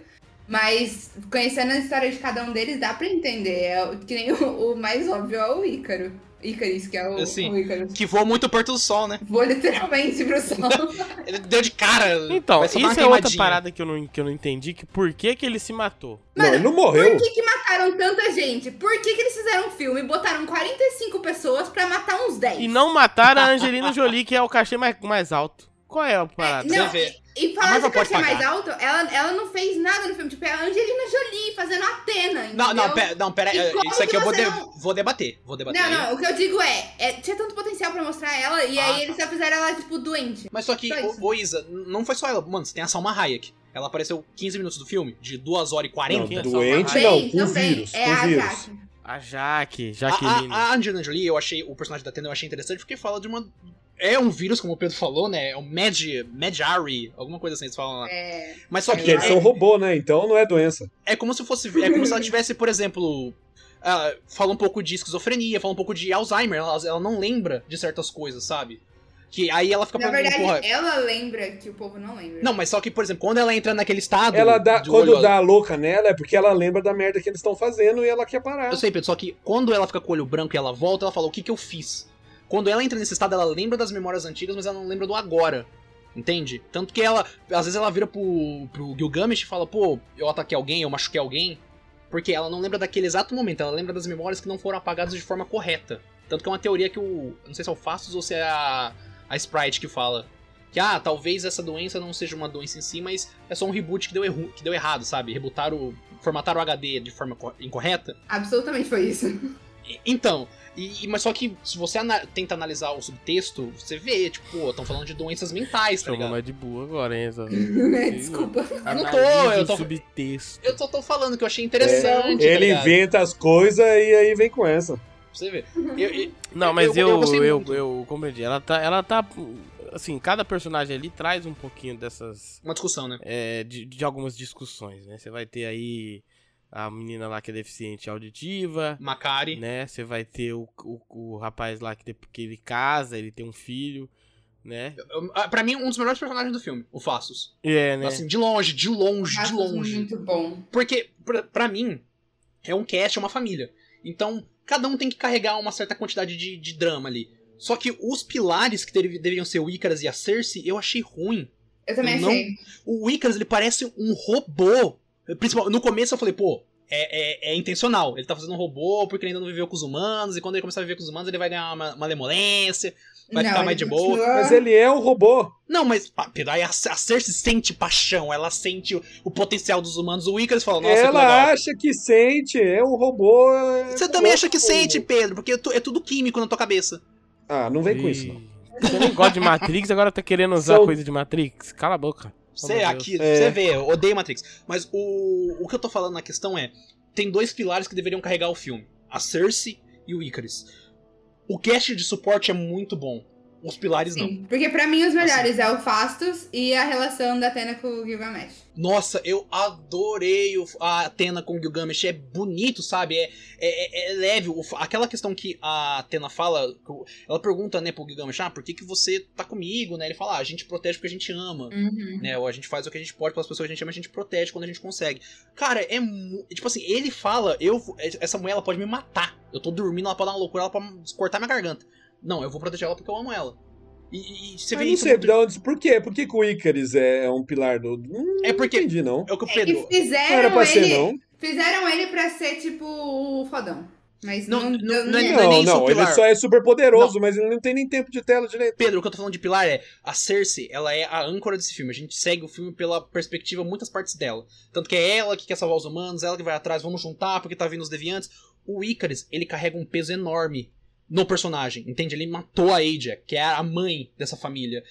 Mas conhecendo a história de cada um deles, dá pra entender. É o- que nem [LAUGHS] o, o mais óbvio é o Ícaro. Ícaris, que é o, Assim. o Ícaro. Que voa muito perto do sol, né? Vou literalmente pro sol. [LAUGHS] Ele deu de cara. Então, vai isso sobrar é uma outra queimadinha. parada que eu não, que eu não entendi. Que por que, que ele se matou? Não, ele não Por morreu. que, que mataram tanta gente? Por que, que eles fizeram um filme e botaram 45 pessoas pra matar uns 10? E não mataram a Angelina Jolie, que é o cachê mais, mais alto. Qual é a parada? Você Não, vê. E A falar Marvel de cachê pode mais pagar. alto, ela, ela não fez nada no filme. Tipo, é a Angelina Jolie fazendo Atena, entendeu? Não, não, pera, não, pera. é, E como Isso aqui que eu vou, você de- não- vou debater. Vou debater. Não, não, o que eu digo é, é, tinha tanto potencial pra mostrar ela, e Ah, aí eles só fizeram ela, tipo, doente. Mas só que, Só isso. ô, ô, Isa, n- não foi só ela. Mano, você tem a Salma Hayek. Ela apareceu 15 minutos do filme, de 2 horas e 40. Não, só doente uma- não, Bem, com também, vírus, é com a vírus. Jaque. A Jaque, Jaqueline. A- A, a Angelina Jolie, eu achei o personagem da Tenda, eu achei interessante porque fala de uma. É um vírus, como o Pedro falou, né? É um Mad, Madari, alguma coisa assim, eles falam lá. É, Mas só Porque que eles é, são robô, né? Então não é doença. é como se fosse. É como se ela tivesse, por exemplo. ah, fala um pouco de esquizofrenia, fala um pouco de Alzheimer, ela, ela não lembra de certas coisas, sabe? Que aí ela fica na pensando, verdade, é- porra. ela lembra que o povo não lembra. Não, mas só que, por exemplo, quando ela entra naquele estado. Ela dá, Tá de quando olho- dá a louca nela é porque ela lembra da merda que eles estão fazendo e ela quer parar. Eu sei, Pedro, só que quando ela fica com o olho branco e ela volta, ela fala, o que que eu fiz? Quando ela entra nesse estado, ela lembra das memórias antigas, mas ela não lembra do agora. Entende? Tanto que ela, às vezes ela vira pro, pro Gilgamesh e fala, pô, eu ataquei alguém, eu machuquei alguém. Porque ela não lembra daquele exato momento, ela lembra das memórias que não foram apagadas de forma correta. Tanto que é uma teoria que o. Não sei se é o Fastos ou se é a, a Sprite que fala. Que, ah, talvez essa doença não seja uma doença em si, mas é só um reboot que deu, erru- que deu errado, sabe? Rebootaram. Formataram o HD de forma co- incorreta. Absolutamente foi isso. [LAUGHS] E- Então, e, e- mas só que se você ana- tenta analisar o subtexto, você vê, tipo, pô, estão falando de doenças mentais, tá Chamou ligado? nós é de boa agora, hein? Essa... Desculpa. Eu não tô, eu tô- subtexto. Eu só tô falando que eu achei interessante. tá É, Ele ligado? inventa as coisas e aí vem com essa. Pra Você vê. Eu- eu- Não, mas eu- eu eu eu, gostei eu, muito. compreendi. Ela tá, ela tá. Assim, cada personagem ali traz um pouquinho dessas. uma discussão, né? é, de, de algumas discussões, né? Você vai ter aí a menina lá que é deficiente auditiva, Macari. né? Você vai ter o, o, o rapaz lá que, de- que ele casa, ele tem um filho, né? Eu- ah, Pra mim, um dos melhores personagens do filme, o Fastos. É, né? Assim, de longe, de longe, de Acho longe. Muito bom. Porque, pra, pra mim, é um cast, é uma família. Então, cada um tem que carregar uma certa quantidade de, de drama ali. Só que os pilares que deve- deveriam ser o Icaras e a Cersei, eu achei ruim. Eu também Não- achei. O Icaras, ele parece um robô. Principal, no começo eu falei, pô, é, é- é intencional. Ele tá fazendo um robô porque ele ainda não viveu com os humanos. E quando ele começar a viver com os humanos, ele vai ganhar uma malemolência. Vai não, ficar mais ele de boa. continua- Mas ele é um robô. Não, mas a, a, a Cersei sente paixão. Ela sente o, o potencial dos humanos. O Icaras fala, nossa, que legal. Ela acha que sente, é um robô. é- Você também acha que sente, Pedro, porque é tu- é tudo químico na tua cabeça. Ah, não vem com isso, não. E- Você nem gosta de Matrix, agora tá querendo usar São- coisa de Matrix? Cala a boca. Você Deus. aqui, É. você vê, eu odeio Matrix. Mas o, o que eu tô falando na questão é: tem dois pilares que deveriam carregar o filme: a Cersei e o Icarus. O cast de suporte é muito bom. Os pilares não. Sim, porque pra mim os melhores é o Fastos e a relação da Atena com o Gilgamesh. Nossa, eu adorei o- a Atena com o Gilgamesh. É bonito, sabe? É, é- é- é leve. O- Aquela questão que a Atena fala, que o- ela pergunta, né, pro Gilgamesh, ah, por que, que você tá comigo, né? Ele fala, ah, a gente protege porque a gente ama. né? Ou a gente faz o que a gente pode pelas pessoas que a gente ama, a gente protege quando a gente consegue. Cara, é mu- tipo assim, ele fala, eu é, essa mulher ela pode me matar. Eu tô dormindo, ela pode dar uma loucura, ela pode cortar minha garganta. Não, eu vou proteger ela porque eu amo ela. E, e- e você Eu vê não isso sei muito- de onde, por quê? Por que, que o Icaris é um pilar do. Hum, É porque- Não entendi, não. É o que o E Pedro. Não era fizeram pra ele. ser, não. Fizeram ele pra ser tipo o fodão. Mas Não, não, não- deu- não é- Não, nem isso, não, ele pilar. só é super poderoso, mas ele não tem nem tempo de tela direito. Pedro, o que eu tô falando de Pilar é a Cersei, ela é a âncora desse filme. A gente segue o filme pela perspectiva, muitas partes dela. Tanto que é ela que quer salvar os humanos, ela que vai atrás, vamos juntar porque tá vindo os deviantes. O Icarus, ele carrega um peso enorme no personagem, entende? Ele matou a Aja, que é a mãe dessa família.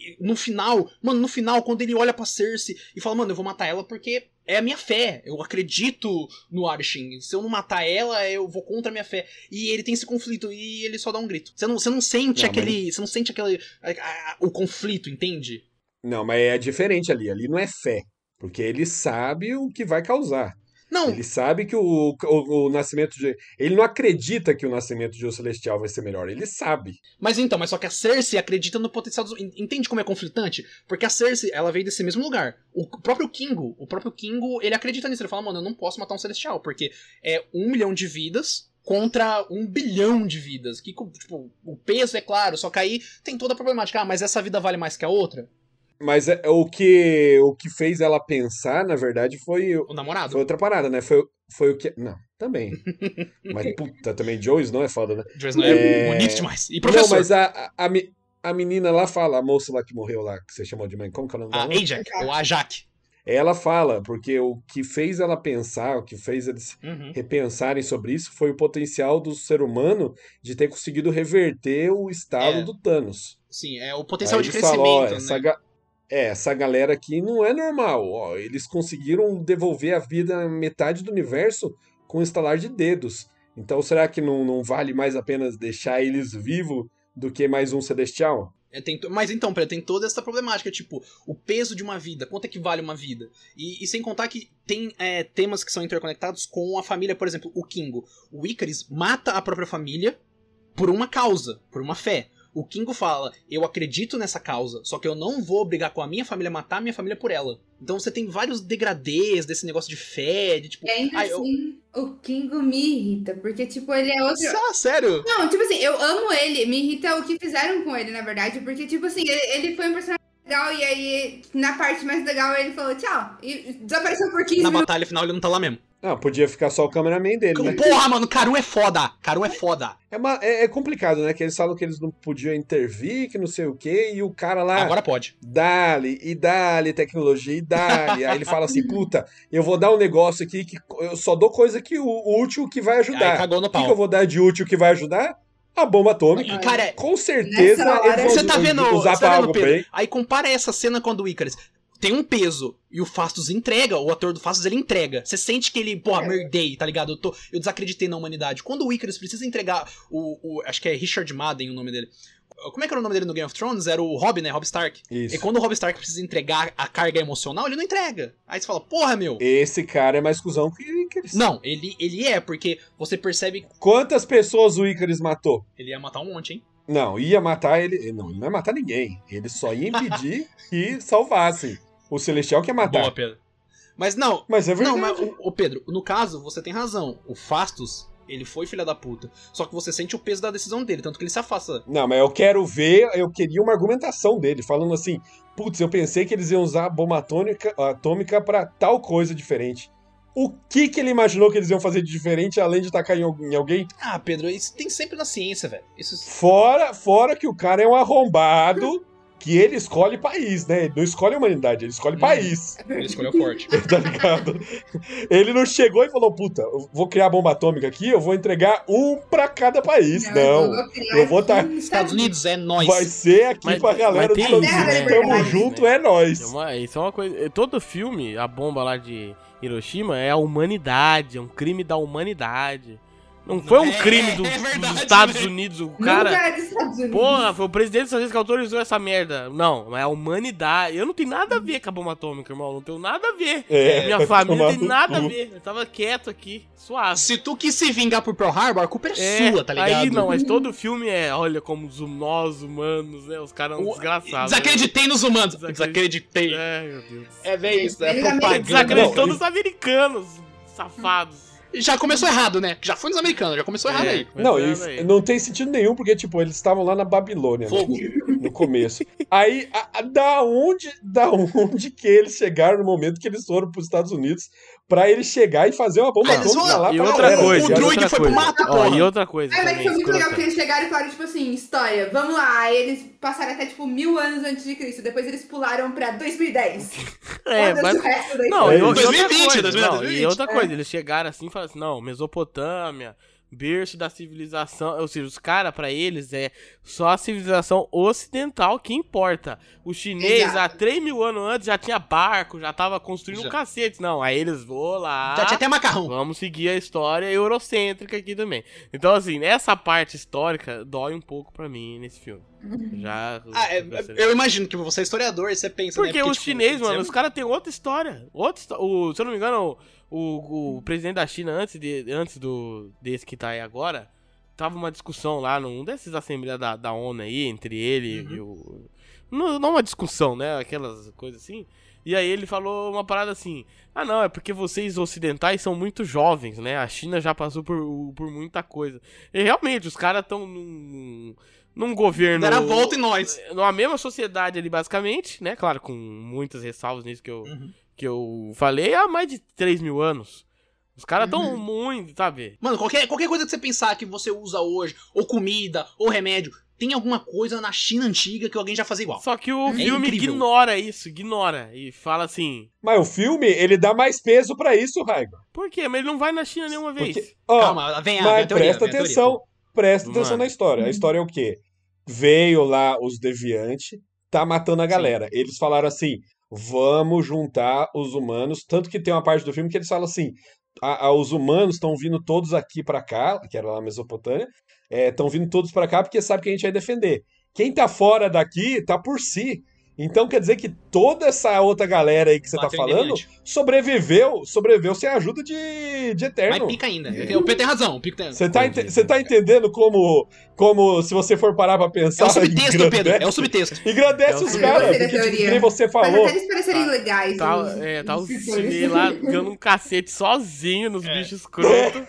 E no final, mano, no final, quando ele olha pra Cersei e fala, mano, eu vou matar ela porque é a minha fé. Eu acredito no Arishin. Se eu não matar ela, eu vou contra a minha fé. E ele tem esse conflito e ele só dá um grito. Você não, você não sente Não, mas- aquele. Você não sente aquele. a- a- o conflito, entende? Não, mas é diferente ali. Ali não é fé. Porque ele sabe o que vai causar. Não, Ele sabe que o, o, o nascimento de. Ele não acredita que o nascimento de um celestial vai ser melhor. Ele sabe. Mas então, mas só que a Cersei acredita no potencial dos. en- Entende como é conflitante? Porque a Cersei, ela veio desse mesmo lugar. O c- próprio Kingo, o próprio Kingo, ele acredita nisso. Ele fala, mano, eu não posso matar um celestial, porque é um milhão de vidas contra um bilhão de vidas. Que, co- tipo, o peso é claro, só que aí tem toda a problemática. Ah, mas essa vida vale mais que a outra? Mas é, é o, que, o que fez ela pensar, na verdade, foi, O namorado, foi outra parada, né? Foi, foi o que. Não, [LAUGHS] também. mas puta, também Jones não é foda, né? Joyce Noel, É. bonito demais. E professor, Não, mas a, a, a me- a menina lá fala, a moça lá que morreu lá, que você chamou de mãe, como que é o nome a dela? mesmo? Ajak, ou a Ajak. Ela fala, porque o que fez ela pensar, o que fez eles Uhum. repensarem sobre isso foi o potencial do ser humano de ter conseguido reverter o estado É. do Thanos. Sim, é o potencial Aí de eles falam, ó, crescimento, essa né? ga- É, essa galera aqui não é normal. Ó, eles conseguiram devolver a vida à metade do universo com um estalar de dedos. Então, será que não, não vale mais a pena deixar eles vivos do que mais um celestial? É, tem to- mas então, Pedro, tem toda essa problemática, tipo, o peso de uma vida, quanto é que vale uma vida? E, e sem contar que tem é, temas que são interconectados com a família, por exemplo, o Kingo. O Icaris mata a própria família por uma causa, por uma fé. O Kingo fala, eu acredito nessa causa, só que eu não vou brigar com a minha família, a matar a minha família por ela. Então você tem vários degradês desse negócio de fé, de tipo. E ainda "Ai, eu- assim, o Kingo me irrita, porque tipo, ele é outro. Ah, sério? Não, tipo assim, eu amo ele, me irrita o que fizeram com ele, na verdade, porque tipo assim, ele, ele foi um personagem legal e aí na parte mais legal ele falou tchau e desapareceu por 15 Na minutos. batalha final ele não tá lá mesmo. Ah, podia ficar só o cameraman dele, né? Porra, mano, Caru é foda! Caru é foda! É, uma- é- é complicado, né? Que eles falam que eles não podiam intervir, que não sei o quê, e o cara lá, Agora pode. dali, e dali, tecnologia, e dali. Aí ele fala [LAUGHS] assim, puta, eu vou dar um negócio aqui que eu só dou coisa que o útil que vai Aí ajudar. cagou no O que, pau. que eu vou dar de útil que vai ajudar? A bomba atômica. E, cara, Com certeza Nessa hora- eles vão Você tá vendo, usar você tá pra vendo algo Pedro? bem. Aí compara essa cena quando o Icarus tem um peso e o Fastos entrega, o ator do Fastos ele entrega. Você sente que ele, porra, merdei, tá ligado? Eu, tô, eu desacreditei na humanidade. Quando o Icarus precisa entregar o, o- Acho que é Richard Madden o nome dele. Como é que era o nome dele no Game of Thrones? Era o Rob, né? Rob Stark. Isso. E quando o Rob Stark precisa entregar a carga emocional, ele não entrega. Aí você fala, porra, meu. Esse cara é mais cuzão que, que eles. Não, ele, ele é, porque você percebe que Quantas pessoas o Icarus matou? ele ia matar um monte, hein? Não, ia matar ele. eh, Não, ele não ia matar ninguém. Ele só ia [LAUGHS] impedir que salvassem. O Celestial que ia matar. Boa, Pedro. Mas não, Mas é não, verdade. mas, ô, ô, Pedro, no caso, você tem razão. O Fastos, ele foi filha da puta. Só que você sente o peso da decisão dele, tanto que ele se afasta. Não, mas eu quero ver, eu queria uma argumentação dele, falando assim: putz, eu pensei que eles iam usar a bomba atômica, atômica para tal coisa diferente. O que que ele imaginou que eles iam fazer de diferente além de tacar em, al- em alguém? Ah, Pedro, isso tem sempre na ciência, velho. Isso. Fora, fora que o cara é um arrombado que ele escolhe país, né? Ele não escolhe a humanidade, ele escolhe Hum. país, [LAUGHS] Ele escolheu forte. tá ligado? ele não chegou e falou: puta, eu vou criar a bomba atômica aqui, eu vou entregar um pra cada país. É, Não. Né, eu vou criar eu vou aqui um tá- nos Estados Unidos é nós. Vai ser aqui Mas- pra mas galera do tem Estados isso, Unidos, né? tamo Verdade, junto, né? é nóis. É uma- isso é uma coisa. Todo filme, a bomba lá de Hiroshima, é a humanidade, é um crime da humanidade. Não foi um É, crime é do- verdade, dos Estados né? Unidos, o Cara, cara. é dos Estados Unidos. Porra, foi o presidente dos Estados Unidos que autorizou essa merda. Não, mas é a humanidade. Eu não tenho nada a ver com a bomba atômica, irmão. Não tenho nada a ver. É, [LAUGHS] Minha vai família tomar não tem no nada a cu. ver. Eu tava quieto aqui, suave. Ah, Se tu quis se vingar por Pearl Harbor, a culpa é, É, sua, tá ligado? Aí não, mas todo filme é, olha como os- nós humanos, né? Os caras são O- desgraçados. Desacreditei nos humanos. né? Desacreditei. É, meu Deus. É, velho, isso é Ele também desacreditou Desacreditou Não, dos americanos, safados. [LAUGHS] Já começou errado, né? Já foi nos americanos, já começou errado É, aí. começando Ah, Não, e aí. não tem sentido nenhum, porque, tipo, eles estavam lá na Babilônia, né? Fogo. No começo. Aí, a- a- da onde da onde que eles chegaram no momento que eles foram pros Estados Unidos pra eles chegar e fazer uma bomba Ah, eles atômica vão- lá E pra outra galera, coisa, tá e ligado? Druid outra foi pro coisa. mato, Ó, porra. e outra coisa É, mas também, foi muito legal escrota. porque eles chegaram e falaram, tipo assim, história, vamos lá. Aí eles passaram até, tipo, mil anos antes de Cristo. Depois eles pularam pra 2010. É, Foda-se mas... o resto da Não, história. e outra 2020, coisa, 2020, não, e outra coisa, é. eles chegaram assim e falaram assim, não, Mesopotâmia, berço da civilização, ou seja, os caras, pra eles, é só a civilização ocidental que importa. O chinês, Exato. há 3 mil anos antes, já tinha barco, já tava construindo Já. um cacete. Não, aí eles vão lá... Já tinha até um." macarrão. Vamos seguir a história eurocêntrica aqui também. Então, assim, essa parte histórica dói um pouco pra mim nesse filme. Já. Ah, é, eu imagino que você é historiador e você pensa, né? Porque os tipo, chineses, você- mano, os caras têm outra história. Outra, histó- o, se eu não me engano, o, o- o presidente da China, antes, de, antes do, desse que tá aí agora, tava uma discussão lá num desses assembleias da, da ONU aí, entre ele e Uhum. o. Não, não uma discussão, né? Aquelas coisas assim. E aí ele falou uma parada assim: Ah, não, é porque vocês ocidentais são muito jovens, né? A China já passou por, por muita coisa. E realmente, os caras estão num. Num governo. Deram a um volta em nós. Numa mesma sociedade ali, basicamente, né? Claro, com muitas ressalvas nisso que eu, Uhum. que eu falei, há mais de 3 mil anos. Os caras tão Uhum. muito, sabe? Mano, qualquer, qualquer coisa que você pensar que você usa hoje, ou comida, ou remédio, tem alguma coisa na China antiga que alguém já fazia igual. Só que o É filme incrível. ignora isso, ignora. E fala assim, Mas o filme, ele dá mais peso pra isso, Raigo. por quê? Mas ele não vai na China nenhuma vez. Porque, ó, Calma, vem a, vem a mas teoria, presta vem a teoria. atenção, presta Mano. atenção na história. A história é o quê? Veio lá os deviantes, tá matando a galera. Eles falaram assim: vamos juntar os humanos. Tanto que tem uma parte do filme que eles falam assim: a- a- os humanos estão vindo todos aqui pra cá, que era lá na Mesopotâmia, estão vindo todos pra cá porque sabe que a gente vai defender. Quem tá fora daqui tá por si. Então quer dizer que toda essa outra galera aí que você tá Bateu em falando deviante. sobreviveu, sobreviveu sem a ajuda de, de Eterno. Mas pica ainda. O Pedro tem razão, o Pico tem razão. Você tá, ente- Entendi. você tá entendendo como, como, se você for parar pra É pensar. o subtexto, Pedro, é o engrandece- subtexto. Engrandece um É o os subtexto. caras, Eu gostei da porque, tipo, que teoria. nem você Mas falou. até eles parecerem Tá. legais. Tá, os- é, tá o os chinês [LAUGHS] lá dando um cacete sozinho nos É. bichos escroto.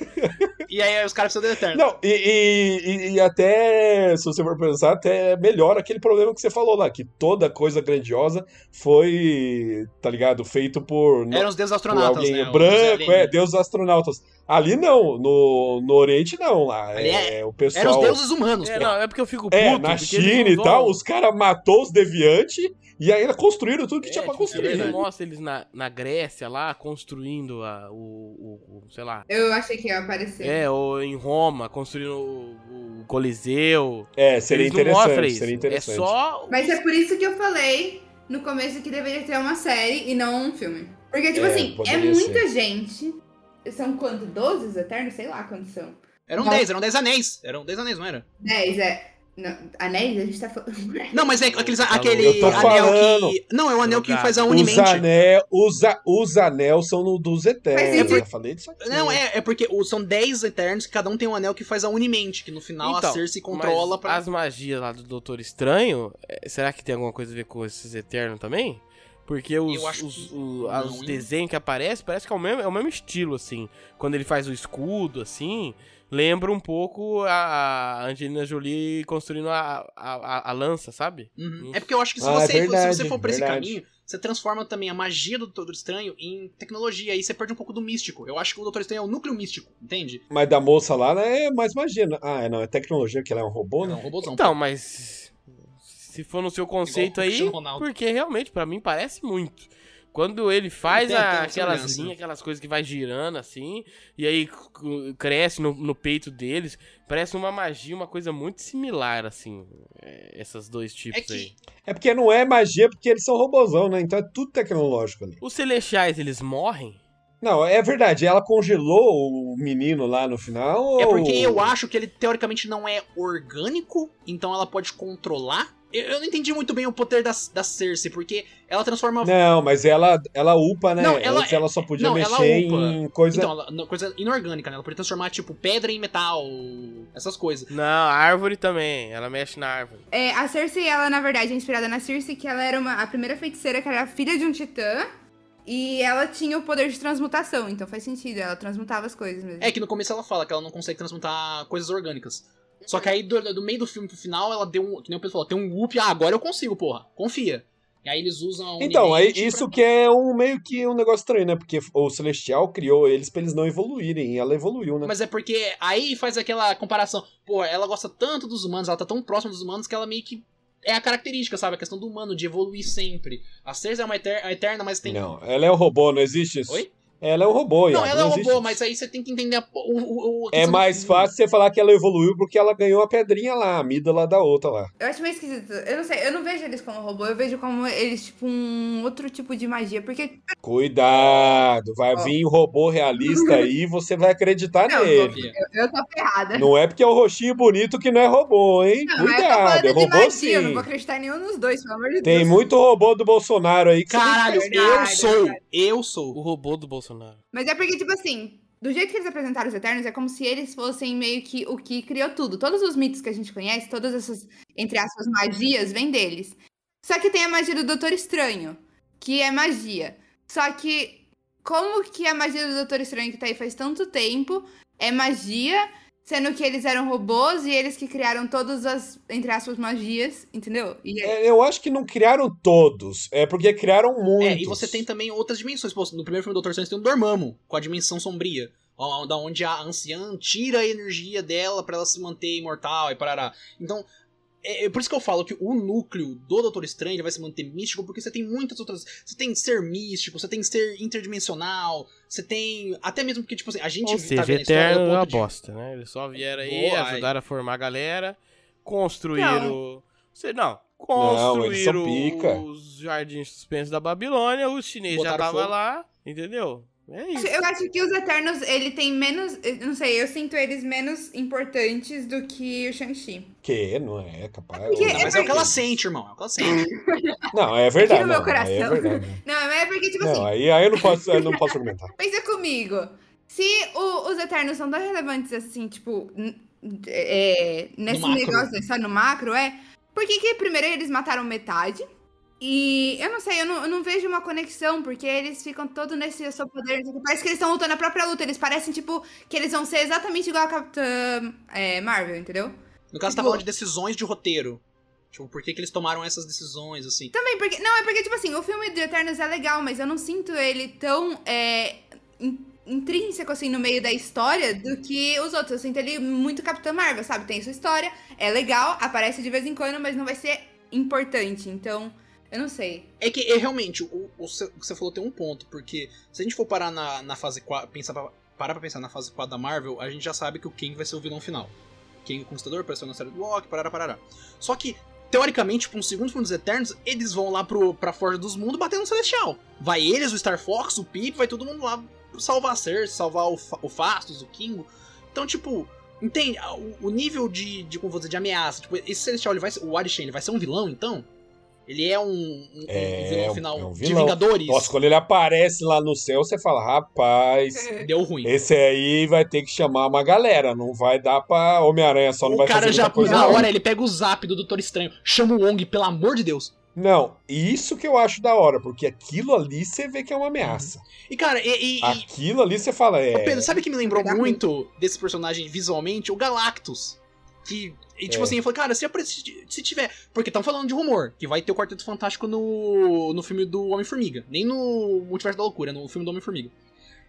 E aí os caras precisam do Eterno. Não, e, e- e- e até, se você for pensar, até melhora aquele problema que você falou lá, que toda coisa grandiosa foi, tá ligado, feito por, no- Eram os deuses por astronautas, alguém né? os branco, é, alienígenas. deus dos astronautas. Ali não, no, no Oriente não, lá, Ali é, o é- Eram os pessoal... deuses humanos, É, pô. não, é porque eu fico puto. É, na porque eles China não e vão- tal, os caras matou os deviantes e ainda construíram tudo que É, tinha pra tipo, construir. eles né? mostra eles na, na Grécia lá, construindo a, o- o- o, sei lá, Eu achei que ia aparecer. É, ou em Roma, construindo o, o Coliseu. É, seria Eles não mostram interessante, isso. seria interessante. É só. Mas é por isso que eu falei no começo que deveria ter uma série e não um filme. Porque, tipo É, assim, é poderia muita gente. São quanto? 12 os Eternos? Sei lá quantos são. Eram Não. 10, eram 10 anéis. Eram 10 anéis, não era? 10, é. Não, anéis? A gente tá falando. [LAUGHS] Não, mas é aqueles, Tá aquele louco. Eu tô anel falando. que. Não, é um anel que Jogado. faz a Os, Unimente. anel, os, a- os anel são no- dos Eternos. Mas eu isso- já falei disso aqui. Não, é, é porque o- são 10 Eternos que cada um tem um anel que faz a Unimente, que no final Então, a Cersei controla Mas pra. As magias lá do Doutor Estranho, é, será que tem alguma coisa a ver com esses Eternos também? Porque os, Eu acho os- que o- a- não, os hein? desenhos que aparecem, parece que é o, mesmo, é o mesmo estilo, assim. Quando ele faz o escudo, assim, lembra um pouco a a Angelina Jolie construindo a, a, a- a lança, sabe? Uhum. Isso. É porque eu acho que se, Ah, você, é verdade, se você for por esse verdade. caminho, você transforma também a magia do Doutor Estranho em tecnologia, aí você perde um pouco do místico. Eu acho que o Doutor Estranho é o núcleo místico, entende? Mas da moça lá né, é mais magia. né? Ah, é, não, é tecnologia, que ela é um robô, É um né? robôzão. Então, mas se for no seu conceito o aí, Cristiano Ronaldo. porque realmente pra mim parece muito. Quando ele faz Tem- tem a- uma aquelas semelhança. né? linhas, aquelas coisas que vai girando assim, e aí c- cresce no, no peito deles, parece uma magia, uma coisa muito similar assim, é, esses dois tipos É que- aí. É porque não é magia, porque eles são robôzão, né? Então é tudo tecnológico ali. Os celestiais, eles morrem? Não, é verdade. Ela congelou o menino lá no final. É porque ou- eu acho que ele teoricamente não é orgânico, então ela pode controlar. Eu, eu não entendi muito bem o poder da, da Cersei, porque ela transforma. Não, mas ela, ela upa, né? Não, ela- é- Antes ela só podia não, ela mexer upa. em coisa. Então, ela- na- coisa inorgânica, né? Ela pode transformar, tipo, pedra em metal, essas coisas. Não, a árvore também, ela mexe na árvore. É, a Cersei, ela na verdade é inspirada na Circe, que ela era uma, a primeira feiticeira que era filha de um titã. E ela tinha o poder de transmutação, então faz sentido, ela transmutava as coisas mesmo. É que no começo ela fala que ela não consegue transmutar coisas orgânicas. Só que aí, do, do meio do filme pro final, ela deu um. Que nem o pessoal falou, tem um whoop, ah, agora eu consigo, porra. Confia. E aí eles usam. a Então, aí, Unimate isso um pra- que é um meio que um negócio estranho, né? Porque o Celestial criou eles pra eles não evoluírem, e ela evoluiu, né? Mas é porque aí faz aquela comparação. Pô, ela gosta tanto dos humanos, ela tá tão próxima dos humanos que ela meio que. É a característica, sabe? A questão do humano, de evoluir sempre. A Cersei é uma eter- a eterna, mas tem. Não, ela é um robô, não existe isso? Oi? Ela é um robô, Iago, Não, ela é um existe robô, isso. mas aí você tem que entender a- o, o- o- a É questão mais do- fácil você falar que ela evoluiu porque ela ganhou a pedrinha lá, a mida lá da outra lá. Eu acho meio esquisito. Eu não sei, eu não vejo eles como robô, eu vejo como eles, tipo, um outro tipo de magia. Porque. Cuidado, vai Ó. vir o robô realista aí e você vai acreditar Não, nele. Eu, eu tô ferrada. Não é porque é o roxinho bonito que não é robô, hein? Não, mas eu tô Cuidado, é falando de robô magia, eu sim. não vou acreditar em nenhum dos dois, pelo amor de Tem Deus. muito robô do Bolsonaro aí que você tem que Caralho, eu Verdade, sou. verdade. Eu sou. O robô do Bolsonaro. Mas é porque, tipo assim, do jeito que eles apresentaram os Eternos, é como se eles fossem meio que o que criou tudo. Todos os mitos que a gente conhece, todas essas, entre aspas, magias, vêm deles. Só que tem a magia do Doutor Estranho, que é magia. Só que, como que a magia do Doutor Estranho que tá aí faz tanto tempo é magia, sendo que eles eram robôs e eles que criaram todas as, entre aspas, magias, entendeu? E é- É, eu acho que não criaram todos. É porque criaram muitos. É, e você tem também outras dimensões. Pô, no primeiro filme do Dr. Strange tem um Dormammu, com a dimensão sombria. ó, Da onde a anciã tira a energia dela pra ela se manter imortal e parará. Então, é, é por isso que eu falo que o núcleo do Doutor Estranho ele vai se manter místico, porque você tem muitas outras. Você tem ser místico, você tem ser interdimensional, você tem. Até mesmo porque, tipo assim, a gente Ou tá seja, vendo a história do Eterno é ponto uma de- bosta, né? Eles só vieram aí, Boa, ajudaram a formar a galera, construíram. o- Sei- Não, Não, eles são construíram pica. os jardins suspensos da Babilônia, os chineses já Botaram tava fogo. lá, entendeu? É Eu acho- isso. Eu acho que os Eternos, ele tem menos. eu Não sei, eu sinto eles menos importantes do que o Shang-Chi. Que não é capaz. porque- Não, Não, mas é, o que ela sente, irmão. É o que ela sente. Não, é verdade. Aqui no meu não, aí É coração. verdade. Não, mas é porque, [LAUGHS] tipo assim, Não, aí, aí eu não posso, eu não posso [LAUGHS] argumentar. pensa comigo. Se o- os Eternos são tão relevantes assim, tipo, n- é, nesse macro. negócio, né, só no macro, é. Por que, que primeiro eles mataram metade? E eu não sei, eu não, eu não vejo uma conexão, porque eles ficam todo nesse eu sou poder. não sei o quê. Parece que eles estão lutando a própria luta. Eles parecem, tipo, que eles vão ser exatamente igual a Capitã é, Marvel, entendeu? No caso, tá Tipo- falando de decisões de roteiro. Tipo, por que, que eles tomaram essas decisões, assim? Também, porque. Não, é porque, tipo assim, o filme de Eternos é legal, mas eu não sinto ele tão é, in- intrínseco, assim, no meio da história do que os outros. Eu sinto ele muito Capitã Marvel, sabe? Tem sua história, é legal, aparece de vez em quando, mas não vai ser importante. Então, eu [LAUGHS] não sei. É que é, realmente, o, o cê- o que você falou tem um ponto, porque se a gente for parar na, na fase 4, pensar pra, parar pra pensar na fase 4 da Marvel, a gente já sabe que o Kang vai ser o vilão final. Kang o Conquistador apareceu na série do Loki, parará, parará. Só que, teoricamente, pra um segundo filme dos Eternos, eles vão lá pro, pra Forja dos Mundos bater no Celestial. Vai eles, o Star Fox, o Pip, vai todo mundo lá salvar a Cersei, salvar o, Fa- o Fastos, o Kingo. Então, tipo, Entende? Ah, O, o nível de, de, como você, de ameaça. Tipo, esse Celestial, ele vai, ser- o Arishem, ele vai ser um vilão, então? Ele é um, um- um É, é um- vilão final é um de vilão. Vingadores? Nossa, quando ele aparece lá no céu, você fala, rapaz, Deu ruim. esse aí vai ter que chamar uma galera, não vai dar pra Homem-Aranha, só não o vai cara fazer já, muita coisa. na não. hora, ele pega o zap do Doutor Estranho, chama o Wong, pelo amor de Deus. Não, isso que eu acho da hora, porque aquilo ali você vê que é uma ameaça. Uhum. E, cara, e... e- e- Aquilo ali você fala, Ô, Pedro, é... sabe o que me lembrou Vai dar muito desse personagem visualmente? O Galactus. Que, e, É. tipo assim, eu falei, cara, se, apare- se- se tiver... Porque estão falando de rumor, que vai ter o Quarteto Fantástico no, no filme do Homem-Formiga. Nem no Multiverso da Loucura, no filme do Homem-Formiga.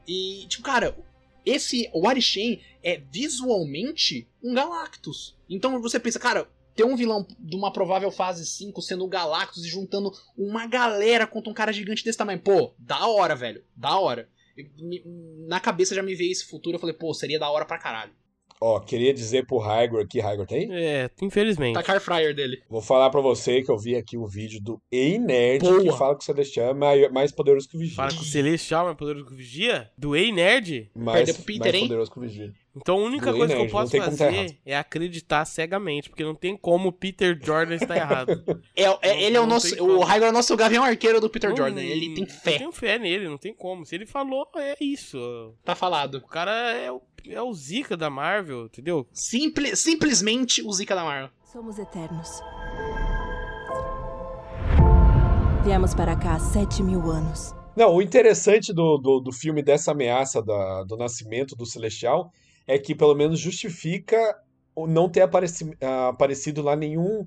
E, tipo, cara, esse o Arishem é visualmente um Galactus. Então você pensa, cara, ter um vilão de uma provável fase 5 sendo o Galactus e juntando uma galera contra um cara gigante desse tamanho. Pô, da hora, velho. Da hora. Eu- me- na cabeça já me veio esse futuro, eu falei, pô, seria da hora pra caralho. Ó, queria dizer pro Raigor aqui, Raigor, tá aí? É, infelizmente. Tá Car Fryer dele. Vou falar pra você que eu vi aqui um vídeo do Ei Nerd que Boa. fala que o Celestial é mai- mais poderoso que o Vigia. Fala que o Celestial é mais poderoso que o Vigia? Do Ei Nerd? Mais, Perdeu pro Peter, mais hein? poderoso que o Vigia. Então a única Do coisa Ei que eu Nerd, não posso tem como tá fazer errado. é acreditar cegamente, porque não tem como o Peter Jordan estar errado. É, é- Não- ele é o não nosso. tem como. O Raigor é o nosso gavião arqueiro do [LAUGHS] Peter Não- Jordan. Ele tem Eu fé. tenho fé nele, não tem como. Se ele falou, é isso. Tá falado. O cara é o, é o Zika da Marvel, entendeu? Simple, simplesmente o Zika da Marvel. Somos eternos. Viemos para cá há 7 mil anos. Não, o interessante do, do, do filme dessa ameaça da- do nascimento do Celestial é que pelo menos justifica o não ter apareci- ah, aparecido lá nenhum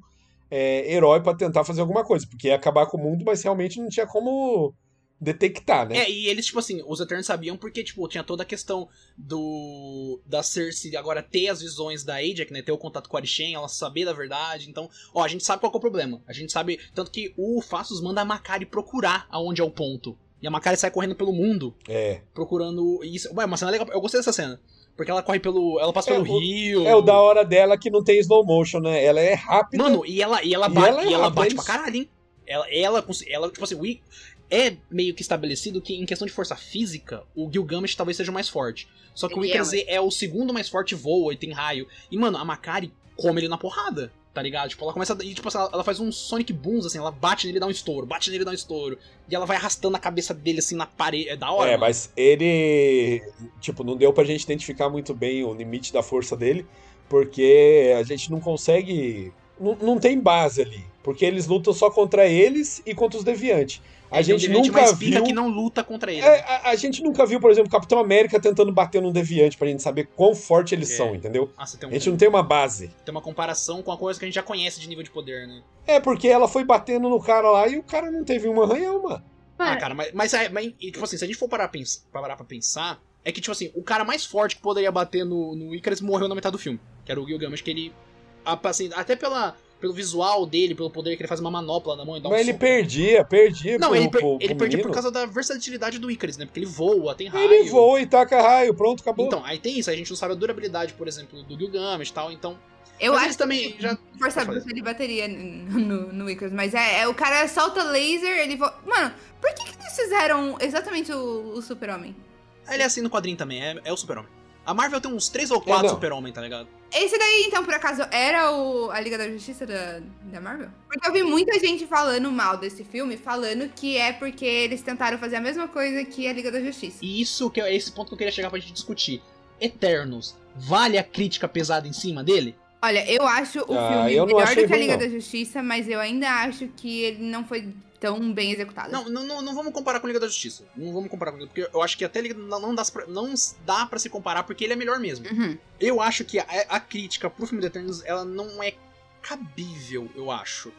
é, herói pra tentar fazer alguma coisa, porque ia acabar com o mundo, mas realmente não tinha como detectar, né? É, e eles, tipo assim, os Eternos sabiam porque, tipo, tinha toda a questão do. da Cersei agora ter as visões da Ajax, né? Ter o contato com a Arishem, ela saber da verdade. Então, ó, a gente sabe qual que é o problema. A gente sabe. Tanto que o Fastos manda a Makari procurar aonde é o ponto. E a Makari sai correndo pelo mundo, É. procurando. e Isso. Ué, uma cena legal. Eu gostei dessa cena. Porque ela corre pelo. Ela passa É, pelo o- rio. É o da hora dela que não tem slow motion, né? Ela é rápida. Mano, e ela, e ela, E ba- ela é e ela bate rapaz. pra caralho, hein? Ela, ela, cons- ela tipo assim, o I- é meio que estabelecido que em questão de força física, o Gilgamesh talvez seja o mais forte. Só que o Ele é, Ikaze é o segundo mais forte, voa e tem raio. E, mano, a Makari come ele na porrada, tá ligado? Tipo, ela começa. a- E, tipo, assim, ela, ela faz um Sonic Booms, assim, ela bate nele e dá um estouro, bate nele e dá um estouro. E ela vai arrastando a cabeça dele, assim, na parede. É da hora. É, mano. mas ele. Tipo, não deu pra gente identificar muito bem o limite da força dele, porque a gente não consegue. Não, não tem base ali. Porque eles lutam só contra eles e contra os deviantes. A Ele é um gente deviante nunca mais pica viu. que né? não luta contra ele. É, a, a gente nunca viu, por exemplo, Capitão América tentando bater num deviante pra gente saber quão forte eles É. são, entendeu? Ah, você tem, A um- gente não tem uma base. tem uma comparação com a coisa que a gente já conhece de nível de poder, né? É, porque ela foi batendo no cara lá e o cara não teve um arranhão, mano. Ah, cara, mas, mas, é- mas, e, tipo assim, se a gente for parar, pens- parar pra pensar, é que, tipo assim, o cara mais forte que poderia bater no, no Icarus morreu na metade do filme. Que era o Gilgamesh, que ele. a- Assim, até pela, pelo visual dele, pelo poder que ele faz uma manopla na mão e dá um Mas ele soco. perdia, perdia Não, pro, ele, per- pro- ele pro perdia por menino. causa da versatilidade do Icarus, né? Porque ele voa, tem raio. Ele voa e taca raio, pronto, acabou. Então, aí tem isso, a gente não sabe a durabilidade, por exemplo, do Gilgamesh e tal, então. Eu mas acho eles também já. Força Pode falar. bruta ele bateria n- no, no Icarus, mas é, é, o cara solta laser, ele vo... Mano, por que, que eles fizeram exatamente o, o super-homem? Ele é assim no quadrinho também, é, é o Super-Homem. A Marvel tem uns três ou quatro não. Super-Homem, tá ligado? Esse daí, então, por acaso, era o, a Liga da Justiça da, da Marvel? Porque eu vi muita gente falando mal desse filme, falando que é porque eles tentaram fazer a mesma coisa que a Liga da Justiça. E isso que é esse ponto que eu queria chegar pra gente discutir. Eternos, vale a crítica pesada em cima dele? Olha, eu acho o Ah, filme eu não melhor achei do que a ruim, Liga não. da Justiça, mas eu ainda acho que ele não foi tão bem executado. Não, não, não, não vamos comparar com Liga da Justiça. Não vamos comparar com Liga, porque eu acho que até Liga não, não dá pra, não s- dá pra se comparar porque ele é melhor mesmo. Uhum. Eu acho que a, a crítica pro filme do Eternos, ela não é cabível, eu acho.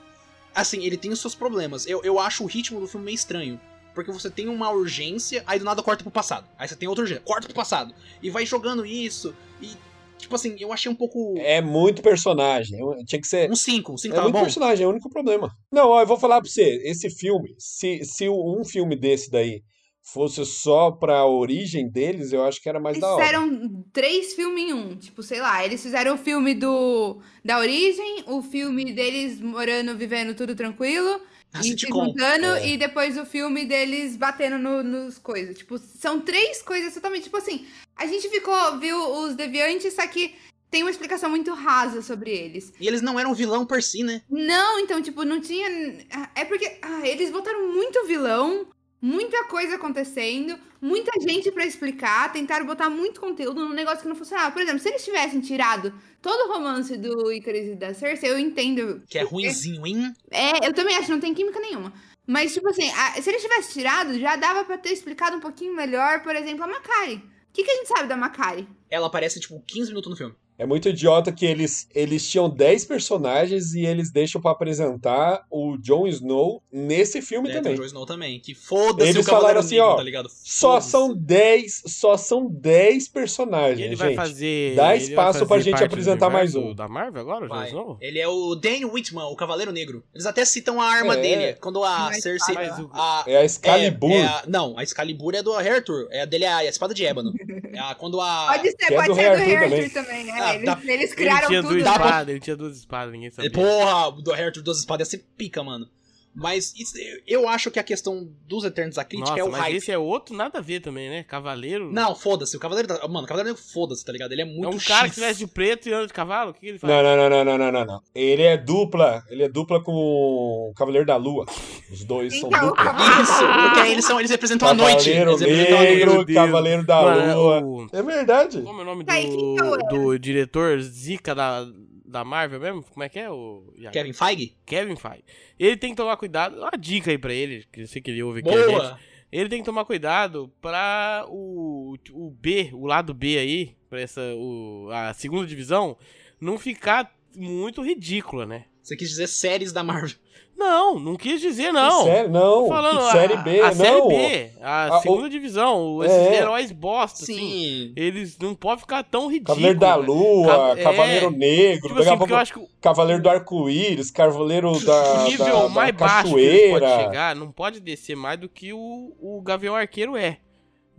Assim, ele tem os seus problemas. Eu, eu acho o ritmo do filme meio estranho. Porque você tem uma urgência, aí do nada corta pro passado. Aí você tem outra urgência, corta pro passado. E vai jogando isso. E, tipo assim, eu achei um pouco. É muito personagem. Eu- Tinha que ser. Um 5, um 5 É tava muito bom. personagem, é o único problema. Não, ó, eu vou falar pra você. Esse filme, se, se um filme desse daí fosse só pra origem deles, eu acho que era mais Eles da hora. fizeram três filmes em um. Tipo, sei lá, eles fizeram o filme do da origem, o filme deles morando, vivendo tudo tranquilo, A e se Ah, sitcom. juntando, É. e depois o filme deles batendo no- nos coisas. Tipo, são três coisas totalmente. Tipo assim, a gente ficou, viu os deviantes, só que tem uma explicação muito rasa sobre eles. E eles não eram vilão por si, né? Não, então, tipo, não tinha. ah, É porque ah, eles botaram muito vilão, muita coisa acontecendo, muita gente pra explicar, tentaram botar muito conteúdo num negócio que não funcionava. Por exemplo, se eles tivessem tirado todo o romance do Icarus e da Cersei, eu entendo. Que é ruinzinho, hein? É, eu também acho, não tem química nenhuma. Mas, tipo assim, a- se eles tivessem tirado, já dava pra ter explicado um pouquinho melhor, por exemplo, a Macari. O que, que a gente sabe da Macari? Ela aparece, tipo, 15 minutos no filme. É muito idiota que eles, eles tinham 10 personagens e eles deixam pra apresentar o Jon Snow nesse filme né? Tem também. o Jon Snow também. Que foda-se Eles o Cavaleiro falaram assim, Negro, ó, tá ligado? Só Foda-se. são 10, só são 10 personagens, Ele gente. vai fazer. dá ele vai espaço fazer pra gente parte do apresentar mais universo um. Da Marvel agora, Jon Vai. Snow? Ele é o Dan Whitman, o Cavaleiro Negro. Eles até citam a arma É. dele. Quando a Mas- Cersei. mas o- a- É a Excalibur, é- é a- não, a Excalibur é do Rei Arthur. É a dele é a espada de ébano. É a- quando a. Pode ser, que é pode do ser Rei do Arthur Rei Arthur também. também, né? Ah, eles, tá- eles Ele criaram tinha tudo. duas Dá pra- espadas, ele tinha duas espadas, ninguém sabia. É, Porra, do Rei Arthur, duas espadas ia ser pica, mano. Mas isso- eu acho que a questão dos Eternos, a crítica Nossa, é o mas hype. esse é outro nada a ver também, né? Cavaleiro. Não, foda-se. O Cavaleiro. da- Mano, o Cavaleiro Negro, foda-se, tá ligado? Ele é É muito um cara que X. se veste de preto e anda de cavalo? O que que ele faz? Não, não, não, não, não, não, não, não. Ele é dupla. Ele é dupla com o Cavaleiro da Lua. Os dois são um Então, [LAUGHS] o dupla. [LAUGHS] cavalo- Isso, porque aí eles, são, eles então representam a noite. Cavaleiro é Eles representam a tá noite. Meu Negro, Deus. Cavaleiro da Lua. o- É verdade. Como é o nome Tá, e quem do, que é o- do diretor Zika da, da Marvel mesmo? Como é que é o. Iago? Kevin Feige? Kevin Feige. Ele tem que tomar cuidado. Uma dica aí pra ele, que eu sei que ele ouve aqui. a gente. Boa! Ele tem que tomar cuidado pra o, o B, o lado B aí, pra essa. O, a segunda divisão, não ficar muito ridícula, né? Você quis dizer séries da Marvel. Não, não quis dizer, Que não. É Série, não. Tô falando, Que série B, a, a não. série B, a, Ah, o- segunda divisão, o- É, esses é. heróis bosta, assim, Sim. eles não podem ficar tão ridículos. Cavaleiro da né? Lua, Ca- é. Cavaleiro Negro, Tipo daqui assim, a porque eu pouco acho que o Cavaleiro do Arco-Íris, Cavaleiro da, nível da, da mais baixo que eles Cachoeira. podem chegar não pode descer mais do que o, o Gavião Arqueiro é.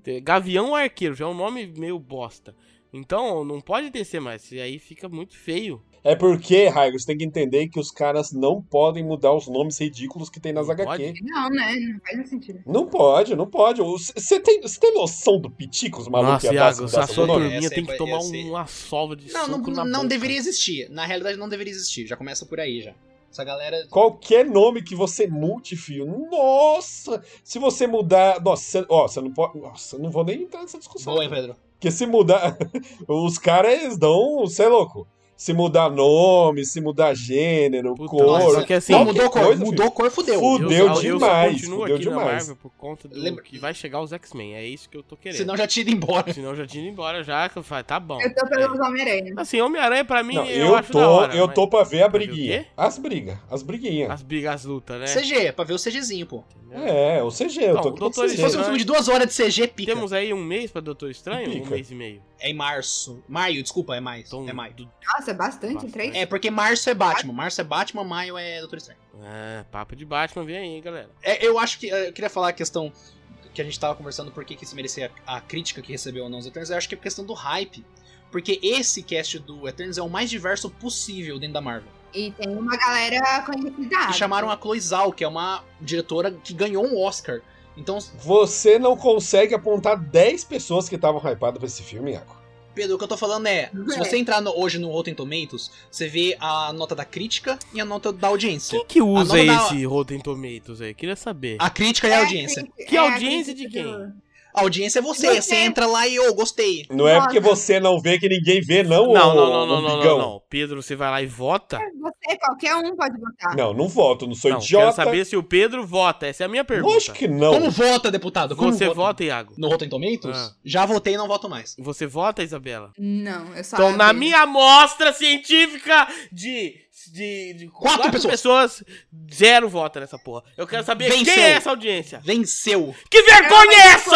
Te- Gavião Arqueiro, já é um nome meio bosta. Então, não pode descer mais, e aí fica muito feio. É porque, Raigo, você tem que entender que os caras não podem mudar os nomes ridículos que tem nas Não HQ. pode? Não, né? Não faz sentido. Não pode, não pode. Você tem, cê tem noção do Piticos, maluco? Nossa, que ia dar Iago, essa a mudança sua no nome? turma- turminha Essa tem aí que vai- tomar essa aí. uma sova de Não, não, suco na não boca. deveria existir. Na realidade, não deveria existir. Já começa por aí, já. Essa galera... Qualquer nome que você mude, filho. Nossa! Se você mudar. Nossa, ó, você não pode. Nossa, eu não vou nem entrar nessa discussão. Boa, hein, Pedro? Porque se mudar. [LAUGHS] os caras eles dão. Você é louco. Se mudar nome, se mudar gênero, Puta, cor. só que assim- Não, qualquer mudou cor, coisa, mudou cor, fudeu. Fudeu. Eu só- Eu só demais, continuo fudeu aqui na demais. Marvel por conta do Lembra- que vai chegar os X-Men. É isso que eu tô querendo. Senão já tira embora. Senão eu já tinha ido embora já, que eu falei, tá bom. Eu tô pelos Homem-Aranha. Assim, Homem-Aranha pra mim, Não, eu, eu, acho tô, da hora. eu mas- tô pra ver a Pra ver o briguinha. quê? As brigas, as briguinhas. As brigas, as lutas, né? CG, pra ver o CGzinho, pô. É, ou seja, eu Não, tô o aqui pra Doutor vocês. Se fosse um Sim. filme de duas horas de CG, pica. né? Temos aí um mês pra Doutor Estranho? Um Pica. mês e meio. É em março. Maio, desculpa, é mais. Então, É maio. do- Nossa, bastante, Bastante. três. É, porque março é Batman. Março é Batman, maio é Doutor Estranho. Ah, papo de Batman vem aí, hein, galera. É, eu acho que. eh, Eu queria falar a questão que a gente tava conversando por que que se merecia a, a crítica que recebeu ou não os Eternos. Eu acho que é questão do hype. Porque esse cast do Eternos é o mais diverso possível dentro da Marvel. E tem uma galera conhecida. E chamaram a Chloe Zhao, que é uma diretora que ganhou um Oscar. Então, Você não consegue apontar 10 pessoas que estavam hypadas pra esse filme, Iago. Pedro, o que eu tô falando é, se você entrar no- hoje no Rotten Tomatoes, você vê a nota da crítica e a nota da audiência. Quem que usa nona da- esse Rotten Tomatoes aí? Queria saber. A crítica É, e a audiência. Que audiência de quem? A audiência é você, Você. você entra lá e eu gostei. Não é porque você não vê que ninguém vê, não, ô, não, não, não, ô, não, não, bigão. não, não. Pedro, você vai lá e vota? Você, qualquer um pode botar. Não, não voto, não sou não, quero idiota. saber se o Pedro vota. Essa é a minha pergunta. Lógico que não. Como vota, deputado? Como Você vota, Iago? no Rotten Tomatoes? Ah. Já votei e não voto mais. Você vota, Isabela? Não, eu só. Então, na minha amostra científica de, de, de Quatro pessoas. zero vota nessa porra. Eu quero saber Venceu. quem é essa audiência. Venceu. Que vergonha é essa?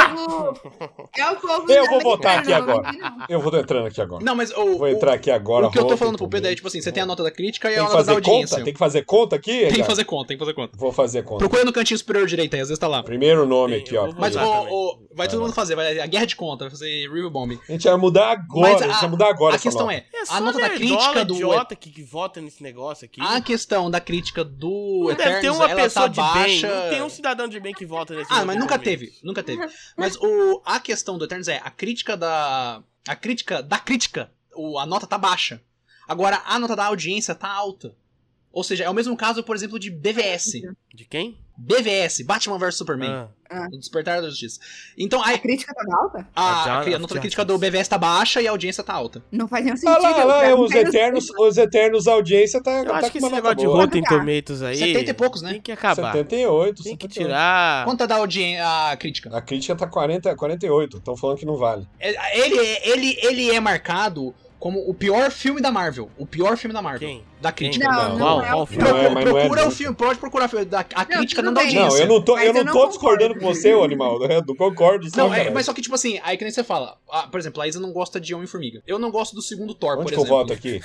É o povo. Eu da vou botar aqui americana, agora. tá não vou mentir, não. Eu vou entrando aqui agora. Não, mas o, vou entrar aqui agora. o que eu tô Rotten falando pro Pedro é, Tomatoes. tipo assim, você tem a nota da crítica e a Tem que nota da fazer audiência. conta? Tem que fazer conta aqui? Tem que Iago? fazer conta, tem que fazer conta. Vou fazer conta. Procura no cantinho superior direito aí, às vezes tá lá. Primeiro nome Sim, aqui, eu ó. vou Mas Vai ô, lá ô, vai Vai todo lá. mundo fazer, vai a guerra de conta, vai fazer River Bomb. A gente vai mudar agora, Mas a, gente a- vai mudar agora. a questão é, É a só nota da nerdola crítica do idiota que, que vota nesse negócio aqui. A questão da crítica do não deve Eternos, ter uma ela pessoa tá de baixa... bem. Não tem um cidadão de bem que vota nesse Ah, mas Rotten nunca Tomatoes. teve, [LAUGHS] nunca teve. Mas o, a questão do Eternos é a crítica da... A crítica da crítica o- a nota tá baixa. Agora, a nota da audiência tá alta. Ou seja, é o mesmo caso, por exemplo, de BVS. De quem? BVS, Batman vs Superman, Ah, Ah, o Despertar da Justiça. Então, a, A crítica tá alta? a, A a, Jar- a nota Jar- crítica do BVS tá baixa e a audiência tá alta. Não faz nenhum Ah sentido. lá, lá, eu é, os Eternos, os Eternos a audiência tá, eu tá acho que com esse uma nota negócio de boa. Rotten Vai pagar. Tomatoes aí. 70 e poucos, né? Tem que acabar. 78, Tem que 78. tirar. Quanto é da audiência a crítica? A crítica tá 40, 48, estão falando que não vale. É- Ele, é- ele, ele é marcado como o pior filme da Marvel. O pior filme da Marvel. Quem? Da crítica. Não, não Qual- é qual o filme? Não Procura, é, mas não é procura o justo. filme, pode procurar o filme. Da, a crítica tudo não da bem. Não, audiência. eu não tô, Mas eu não eu não tô concordo. discordando com você, ô animal. né? Eu não concordo. só Não, é- vai. mas só que, tipo assim, aí que nem você fala. Ah, por exemplo, a Isa não gosta de Homem-Formiga. Eu não gosto do segundo Thor, Onde por que eu exemplo. voto aqui?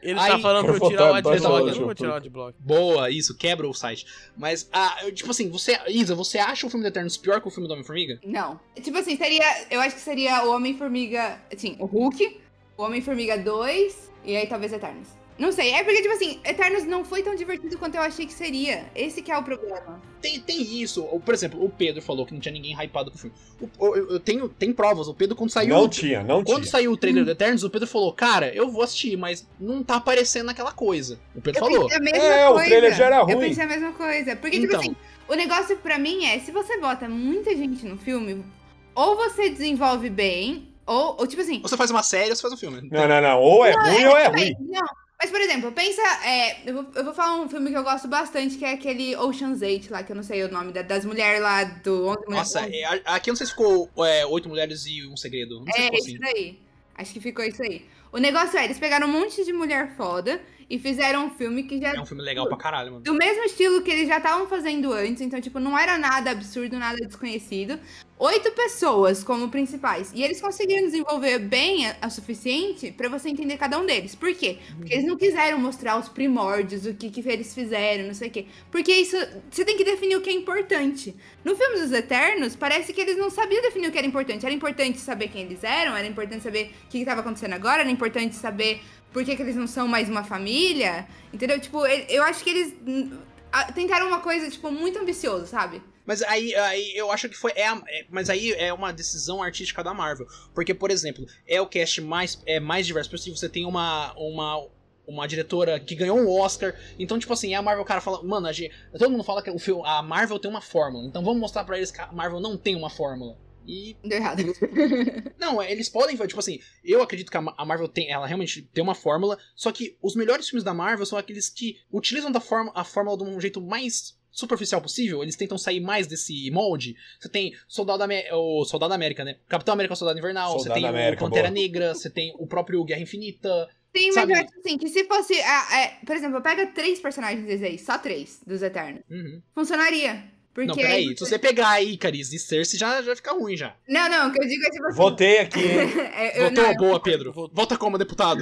Ele Aí- tá falando pra Eu eu vou tirar o botar- bota o adblock. Eu não vou adblock. tirar o adblock. Boa, isso, quebra o site. Mas, ah, eu, tipo assim, você, Isa, você acha o filme do Eternos pior que o filme do Homem-Formiga? Não. Tipo assim, seria. Eu acho que seria o Homem-Formiga. Assim, o Hulk, o Homem-Formiga 2, e aí talvez Eternos. Não sei, é porque, tipo assim, Eternos não foi tão divertido quanto eu achei que seria. Esse que é o problema. Tem, tem isso. Ou, Por exemplo, o Pedro falou que não tinha ninguém hypado com o filme. O- eu, eu tenho, tem provas. O Pedro, quando saiu. Não tinha, não Tá Quando tinha. saiu o trailer do Eternos, o Pedro falou: Cara, eu vou assistir, mas não tá aparecendo aquela coisa. O Pedro Eu falou. pensei a mesma É, o coisa. trailer já era Eu ruim. pensei a mesma coisa. Porque, Então. tipo assim, o negócio pra mim é, se você bota muita gente no filme, ou você desenvolve bem, ou, ou tipo assim. Ou Você faz uma série ou você faz um filme. Não, não, não. Ou é ruim ou é Mas, ruim. não, mas, por exemplo, pensa. é, eu, vou, eu vou falar um filme que eu gosto bastante, que é aquele Ocean's 8 lá, que eu não sei o nome, da- das mulheres lá do 11 mulheres. Nossa, é, a- aqui eu não sei se ficou é, Oito Mulheres e Um Segredo. Não sei se É ficou isso assim. daí. Acho que ficou isso aí. O negócio é, eles pegaram um monte de mulher foda e fizeram um filme que já. É um filme legal pra caralho, mano. Do mesmo estilo que eles já estavam fazendo antes, então, tipo, não era nada absurdo, nada desconhecido. Oito pessoas como principais. E eles conseguiram desenvolver bem a- o suficiente pra você entender cada um deles. Por quê? Porque eles não quiseram mostrar os primórdios, o que, que eles fizeram, não sei o quê. Porque isso. Você tem que definir o que é importante. No filme dos Eternos, parece que eles não sabiam definir o que era importante. Era importante saber quem eles eram, era importante saber o que estava acontecendo agora, era importante saber por que, que eles não são mais uma família. Entendeu? Tipo, e- eu acho que eles hum, a- tentaram uma coisa, tipo, muito ambiciosa, sabe? Mas aí, aí eu acho que foi. É, a- é- mas aí é uma decisão artística da Marvel. Porque, por exemplo, é o cast mais, é mais diverso possível. Você tem uma. uma uma diretora que ganhou um Oscar. Então, tipo assim, a Marvel, o cara fala, mano, a gente, todo mundo fala que o filme, a Marvel tem uma fórmula. Então vamos mostrar pra eles que a Marvel não tem uma fórmula. E Deu errado. Não, é, eles podem, tipo assim, eu acredito que a Ma- a Marvel tem, ela realmente tem uma fórmula, só que os melhores filmes da Marvel são aqueles que utilizam da forma, a fórmula de um jeito mais superficial possível, eles tentam sair mais desse molde. Você tem Soldado, Amé o Soldado América, né? Capitão América Soldado Invernal, você Soldado tem América, o Pantera boa. Negra, você tem o próprio Guerra Infinita. [LAUGHS] Sim, mas Sabe- eu acho assim, que se fosse. ah, é, por exemplo, pega três personagens desses aí, só três dos Eternos. Uhum. Funcionaria. Porque Não, aí peraí, se você pegar aí, Cariz, e Cersei já, já fica ruim já. Não, não, o que eu digo é tipo assim. Votei aqui, hein? [LAUGHS] é, eu- Votou não, boa, Pedro. Votou. Volta como deputado.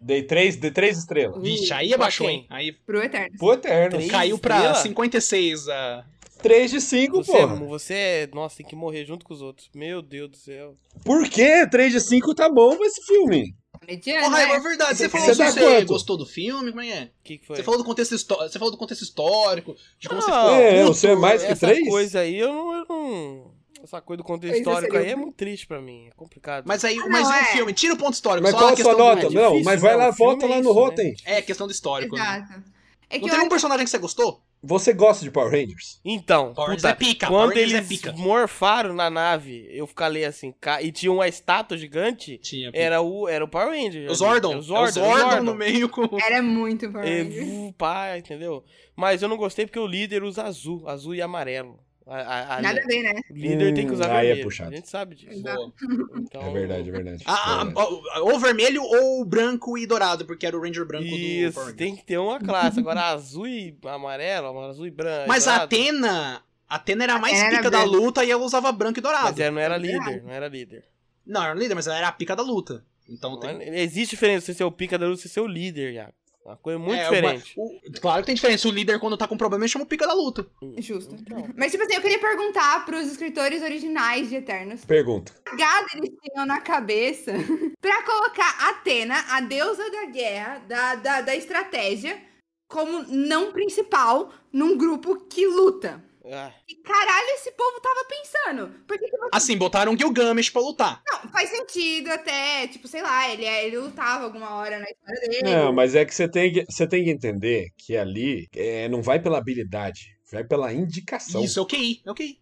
Dei três, dei três estrelas. Vixe, aí pra abaixou, quem? hein? Aí pro Eterno. Pô, Eterno. Três? caiu pra estrela? 56 a. 3 de 5, Você, é- pô. você é. Nossa, tem que morrer junto com os outros. Meu Deus do céu. Por quê? 3 de 5 tá bom pra esse filme. Mediano. Porra, é né? verdade. Você Você falou se dá você quanto? gostou do filme, como é que é? O que, que foi? Você falou do contexto histórico. Você falou do contexto histórico, de como você Ah, ficou. é, puto. você é mais que Essa 3? coisa aí, eu não, eu não- Essa coisa do contexto Isso histórico seria aí é o- muito triste pra mim. É complicado. Mas aí, mas não, e o é. filme? Tira o ponto histórico, Mas só qual a a questão sua do nota? difícil, não, mas vai né? lá, O filme volta é lá no isso, né? Rotten. É, questão do histórico, né? Exato. É que Não eu tem um acho personagem que você gostou? Você gosta de Power Rangers? Então, Power Rangers puta, é pica, Power quando Rangers eles é pica. morfaram na nave, eu falei assim, ca- e tinha uma estátua gigante, Tinha. era o, era o Power Ranger. O Zordon. Era o É Zordon. o era o Zordon no Zordon. meio com. era muito Power É, Rangers. vu, pá, entendeu? Mas eu não gostei porque o líder usa azul, azul e amarelo. A- a- a- Nada a ver, né? O líder tem que usar Hum, aí é vermelho. puxado. A gente sabe disso. Boa. Então, É verdade, é verdade. Ah, ah, Verdade. ó, ou vermelho ou branco e dourado, porque era o Ranger branco do Power Isso, Rangers. tem que ter uma classe. Agora, azul e amarelo, azul e branco. Mas a dourado. Atena. A Atena era a mais Era pica da branca. luta e ela usava branco e Mas dourado. ela não É era líder, não era líder. Não, era um líder, mas ela era a pica da luta. Então tem. Mas Existe diferença você ser o pica da luz e ser o líder, Iago. Uma coisa muito É, diferente. o- o- claro que tem diferença. O líder, quando tá com problema, ele chama o pica da luta. Justo. Então. Mas, tipo assim, eu queria perguntar pros escritores originais de Eternos. Pergunta. Gado eles tinham [LAUGHS] na cabeça pra colocar Atena, a deusa da guerra, da, da, da estratégia, como não principal num grupo que luta. Ah, Que caralho esse povo tava pensando? Por que que Ah. você... Assim, botaram o Gilgamesh pra lutar. Não, faz sentido até, tipo, sei lá, ele, ele lutava alguma hora na história dele. Não, mas é que você tem que, você tem que entender que ali é, não vai pela habilidade, vai pela indicação. Isso, é o QI, é o QI.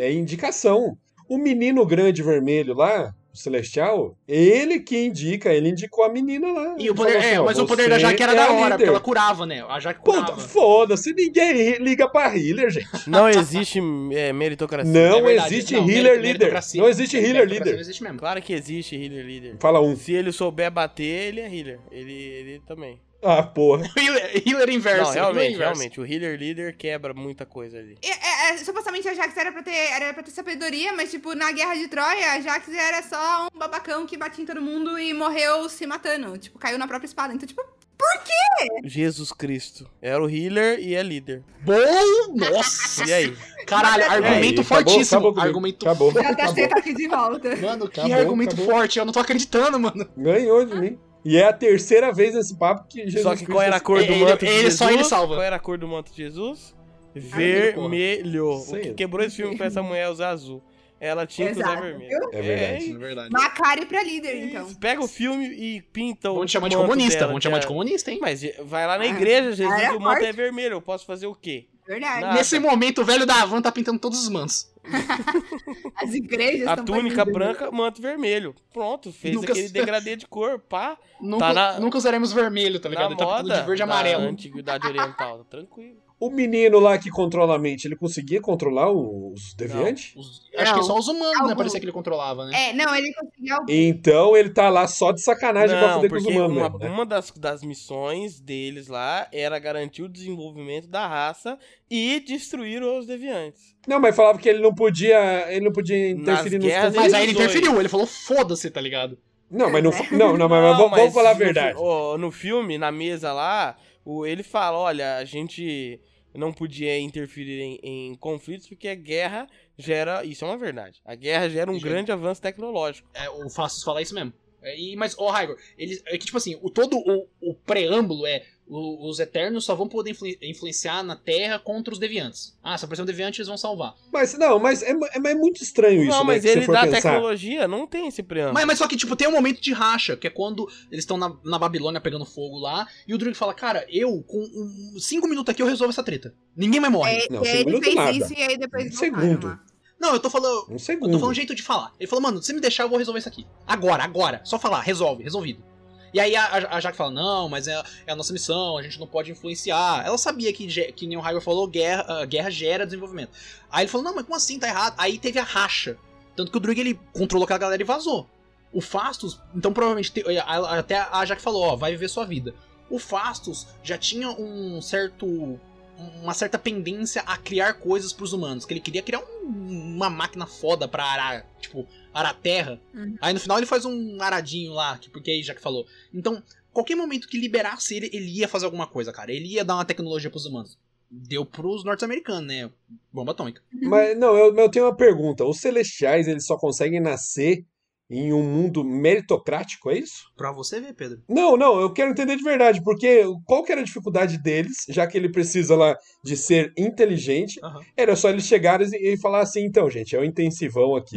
É indicação. O menino grande vermelho lá, o Celestial, ele que indica, ele indicou a menina lá. E Ele o poder, falou assim, é, ó, mas o você poder da Jaque era é da a hora, porque líder. ela curava, né? A Jaque Puta, curava. foda-se, ninguém ri- liga pra healer, gente. Não existe é, meritocracia. Não É verdade, existe não, healer meritocracia- líder. Não existe healer meritocracia Não líder. existe mesmo. [LAUGHS] Claro que existe healer líder. Fala um. Se ele souber bater, ele é healer. Ele, ele também. Ah, porra. Healer, healer inverso. Não, healer realmente, é inverso. realmente. O healer líder quebra muita coisa ali. É, é, é, supostamente a Jax era pra, ter, era pra ter sabedoria, mas, tipo, na Guerra de Troia, a Jax era só um babacão que batia em todo mundo e morreu se matando. Tipo, caiu na própria espada. Então, [LAUGHS] tipo, Jesus Cristo. Era o healer e é líder. Bom, nossa. E aí? Caralho, argumento Aí, acabou, fortíssimo. acabou comigo. argumento Acabou. a Gaceta tá aqui de volta. Mano, que Acabou, argumento acabou. forte, eu não tô acreditando, mano. Ganhou de mim. E é a terceira vez nesse papo que Jesus Só que Cristo qual era a cor do é Ele- manto de ele- Jesus? só ele salva. Qual era a cor do manto de Jesus? Vermelho, porra. Vermelho. O que Sei. quebrou esse filme foi essa mulher usar azul. Ela tinha que usar Exato, vermelho. É verdade. Na verdade. Macari pra líder, então. É Isso. Pega o filme e pinta o. Vão te chamar de manto comunista, dela, é. vão te que chamar de era- comunista, hein? Mas je- vai lá na igreja, Jesus, era o manto é forte. vermelho. Eu posso fazer o quê? Verdade. Nada. Nesse momento, o velho da Havan tá pintando todos os manos. As igrejas A tão túnica banidas. branca, manto vermelho. Pronto, fez Nunca- aquele degradê de cor, [LAUGHS] pá. Nunca, na- nunca usaremos vermelho, tá ligado? na Ele tá pintando moda de verde e da amarelo. antiguidade oriental. Tá Tranquilo. O menino lá que controla a mente, ele conseguia controlar os deviantes? Os- acho que Não. só os humanos, né? Alguns. Parecia que ele controlava, né? É, não, ele conseguiu algo. Então ele tá lá só de sacanagem pra Não, foder com os porque humanos uma, mesmo, né? uma das, das missões deles lá era garantir o desenvolvimento da raça e destruir os deviantes. Não, mas falava que ele não podia, ele não podia interferir nos guerras, conflitos. Mas aí ele Dois. interferiu, ele falou, foda-se, tá ligado? Não, né? mas não, fa- não, não, mas, mas vamos- vamos falar a no fi- verdade. ó, No, filme, na mesa lá, o, ele fala: olha, a gente não podia interferir em, em conflitos porque a guerra gera. Isso é uma verdade. A guerra gera um Entendi. grande avanço tecnológico. É, o Fastos fala isso mesmo. É, e- mas, ó, Raigor, eles, é que, tipo assim, o, todo o, o preâmbulo é o- os Eternos só vão poder influ- influenciar na Terra contra os Deviantes. Ah, se aparecer um Deviante, eles vão salvar. Mas não, mas é, mu- é- mas é muito estranho isso, não, né, mas que se ele for dá pensar. tecnologia, não tem esse preâmbulo. Mas, mas só que, tipo, tem um momento de racha, que é quando eles estão na, na Babilônia pegando fogo lá, e o Druid fala, cara, eu, com um, cinco minutos aqui, eu resolvo essa treta. Ninguém mais morre. É, Não, e aí sem ele minuto fez nada. isso e aí depois Um voltaram segundo. lá. Não, eu tô falando... Um Eu tô falando um segundo. jeito de falar. Ele falou, mano, se me deixar, eu vou resolver isso aqui. Agora, agora. Só falar, resolve, resolvido. E aí a, a- a Jaque fala, não, mas é, é a nossa missão, a gente não pode influenciar. Ela sabia que, ge- que nem o Hyrule falou, guerra, ah, guerra gera desenvolvimento. Aí ele falou, não, mas como assim, tá errado? Aí teve a racha. Tanto que o Druig, ele controlou aquela galera e vazou. O Fastus, então provavelmente, te- a- a- até a Jaque falou, ó, vai viver sua vida. O Fastus já tinha um certo... Uma certa pendência a criar coisas pros humanos, que ele queria criar um- uma máquina foda pra arar, tipo, arar terra. Aí no final ele faz um aradinho lá, que- porque aí já que falou. Então, qualquer momento que liberasse ele, ele ia fazer alguma coisa, cara. Ele ia dar uma tecnologia pros humanos. Deu pros norte-americanos, né? Bomba atômica. Mas não, eu, eu tenho uma pergunta. Os celestiais, eles só conseguem nascer em um mundo meritocrático, é isso? Pra você ver, Pedro. Não, não, eu quero entender de verdade, porque qual que era a dificuldade deles, já que ele precisa lá de ser inteligente, Aham. era só eles chegarem e e falar assim, então, gente, é o intensivão [LAUGHS] aqui,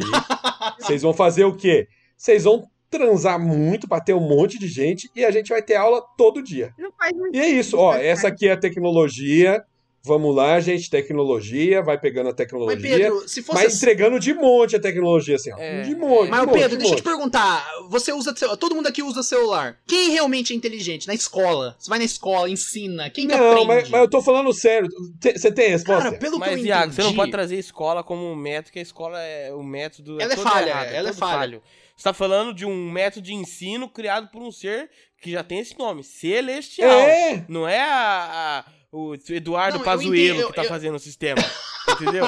vocês vão fazer o quê? Vocês vão transar muito pra ter um monte de gente e a gente vai ter aula todo dia. Não faz muito E é isso, ó, essa aqui é a tecnologia, vamos lá, gente, tecnologia, vai pegando a Mas, tecnologia, Pedro, se fosse. assim- mas entregando de monte a tecnologia, assim, ó, É, de monte, Mas, de monte, Pedro, de deixa eu monte. te perguntar. Você usa. cel- Todo mundo aqui usa celular. Quem realmente é inteligente? Na escola. Você vai na escola, ensina. Quem que Não, aprende? mas, mas eu tô falando sério, Te- você tem resposta? Cara, pelo que Mas, eu Iago, você não entendi- pode trazer escola como um método, que a escola é o método. Ela é todo falha, errado, ela é todo falha. falho. Você tá falando de um método de ensino criado por um ser que já tem esse nome, celestial. É, Não é a, a- o Eduardo Não, eu Pazuello entendi, eu- que tá eu- fazendo o sistema. [LAUGHS] Entendeu?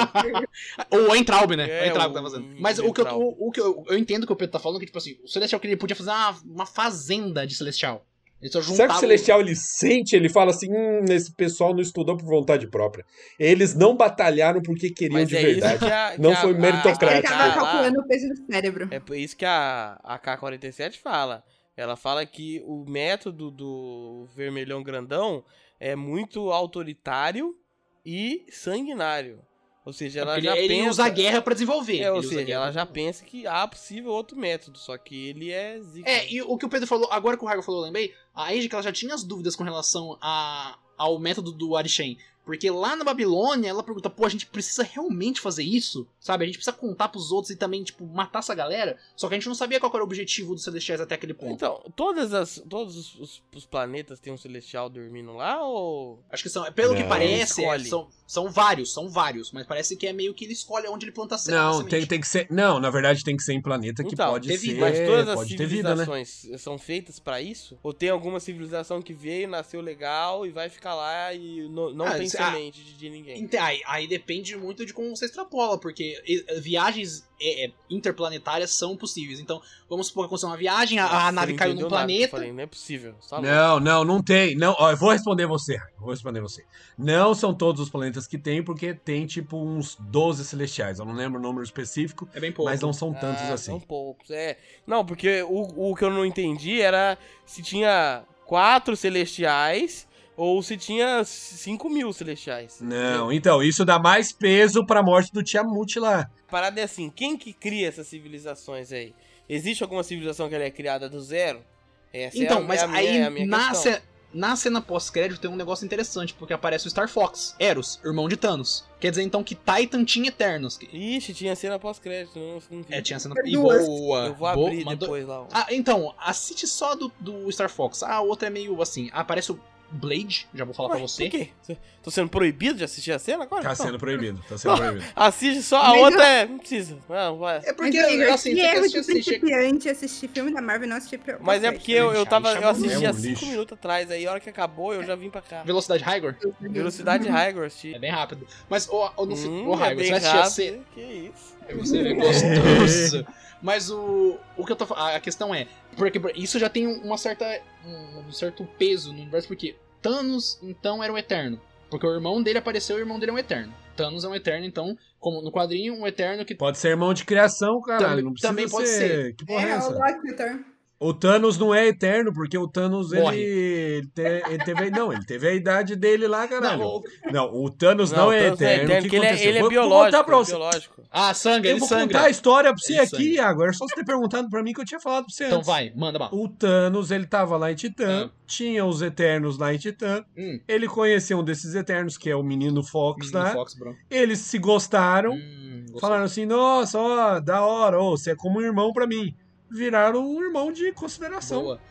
Ou o Entraub, né? Ah, É, o Entraub tá o- fazendo. o Mas o que, eu, Weintraub. o, o que eu, eu entendo que o Pedro tá falando que, tipo assim, o Celestial queria, podia fazer uma, uma fazenda de Celestial. Ele só juntava. Será que o Celestial ele sente, ele fala assim, hum, esse pessoal não estudou por vontade própria. Eles não batalharam porque queriam Mas de é verdade. isso que a, que Não a- foi a- Ele meritocrático. a- tá tava a- calculando o peso do cérebro. Ah, É por isso que a, a K-47 fala. Ela fala que o método do vermelhão grandão é muito autoritário e sanguinário. Ou seja, ela ele já ele pensa... usa a guerra pra desenvolver. É, ou Ele usa a seja, guerra ela pra já desenvolver. pensa que há possível outro método, só que ele é zica. É, e o que o Pedro falou, agora que o Raga falou, eu lembrei, a Angie que ela já tinha as dúvidas com relação a, ao método do Arishen. Porque lá na Babilônia, ela pergunta, pô, a gente precisa realmente fazer isso? Sabe? A gente precisa contar pros outros e também, tipo, matar essa galera? Só que a gente não sabia qual era o objetivo dos Celestiais até aquele ponto. Então, todas as, todos os, os- os planetas têm um celestial dormindo lá ou... Acho que são, pelo que Não. parece, é, Escolhe. são, são vários, são vários. Mas parece que é meio que ele escolhe onde ele planta a se- a Não, semente. tem, tem que ser. Não, na verdade tem que ser em planeta que Então, pode ter ser. vida. Mas todas as é, pode ter vida, né? civilizações são feitas pra isso? Ou tem alguma civilização que veio, nasceu legal e vai ficar lá e no- não Ah, tem se- ah, semente de, de ninguém? Ente- Aí, aí depende muito de como você extrapola, porque eh, viagens eh, eh, interplanetárias são possíveis. Então, vamos supor que aconteceu uma viagem, a, a Você nave não caiu entendeu num nada que eu planeta. Falei, não é possível. só louco. Não, não, não tem. Não, ó, eu vou responder você, Raio, vou responder você. Não são todos os planetas que tem, porque tem tipo uns 12 celestiais. Eu não lembro o número específico, É bem pouco. mas não são tantos Ah, assim. São poucos, é. Não, porque o, o que eu não entendi era se tinha quatro celestiais ou se tinha cinco mil celestiais. Não, então, isso dá mais peso pra morte do Tiamut lá. A parada é assim, quem que cria essas civilizações aí? Existe alguma civilização que ela é criada do zero? Essa é Então, a- mas é a minha- aí é a minha na, questão. ce- na cena pós-crédito tem um negócio interessante, porque aparece o Star Fox, Eros, irmão de Thanos. Quer dizer então que Titan tinha Eternos. que- Ixi, tinha cena pós-crédito, não, não vi. É, tinha cena. Tem E duas. boa! Eu vou boa, abrir mandou- depois lá. ó. Ah, então, assiste só do, do Star Fox. A outra é meio assim. Aparece o Blade, já vou falar Ué, pra você. Por quê? Tô sendo proibido de assistir a cena agora? Tá Não. sendo proibido, [LAUGHS] tá sendo proibido. Assiste só a Mas eu- outra, é, não precisa. Não, vai. É porque, Mas, Igor, assim, que você quer erro assistir, de assiste. principiante assistir filme da Marvel e não assistir pra- Mas é porque eu, eu Lixo, tava. lixo é Eu bom. assisti É há um 5 lixo. minutos atrás, aí a hora que acabou eu já vim pra cá. Velocidade Higor? Velocidade High assisti. É bem rápido. Mas, ô, ô, no fi- Hum, ô, Higor, bem você vai assistir a rápido, cena. Que isso. Você é gostoso. [LAUGHS] Mas o, o que eu tô fa- A questão é. Porque isso já tem uma certa. Um, um certo peso no universo, porque Thanos, então, era um eterno. Porque o irmão dele apareceu e o irmão dele é um eterno. Thanos é um eterno, então, como no quadrinho, um eterno que. Pode ser irmão de criação, caralho. Também- não precisa também pode ser. Que porra é É, o essa? Loki, Thor. O Thanos não é eterno, porque o Thanos, ele, Morre. ele, te- ele teve, não, ele teve a idade dele lá, caralho. Não, o- Não, o Thanos não, é Thanos eterno. O que porque ele é, aconteceu? ele é Vou- vou biológico. contar pra ele é você. biológico. Ah, sangra, Eu ele vou sangra. É contar a história pra você Ele aqui, Iago. Era só você ter perguntado pra mim que eu tinha falado pra você Então antes. vai, manda bala. O Thanos, ele tava lá em Titã, Ah. tinha os Eternos lá em Titã. Hum. Ele conheceu um desses Eternos, que é o menino Fox Menino lá. Fox, bro. Eles se gostaram, Hum, gostei. Então, falaram assim: nossa, ó, da hora, ô, você é como um irmão pra mim. Viraram um irmão de consideração. Boa.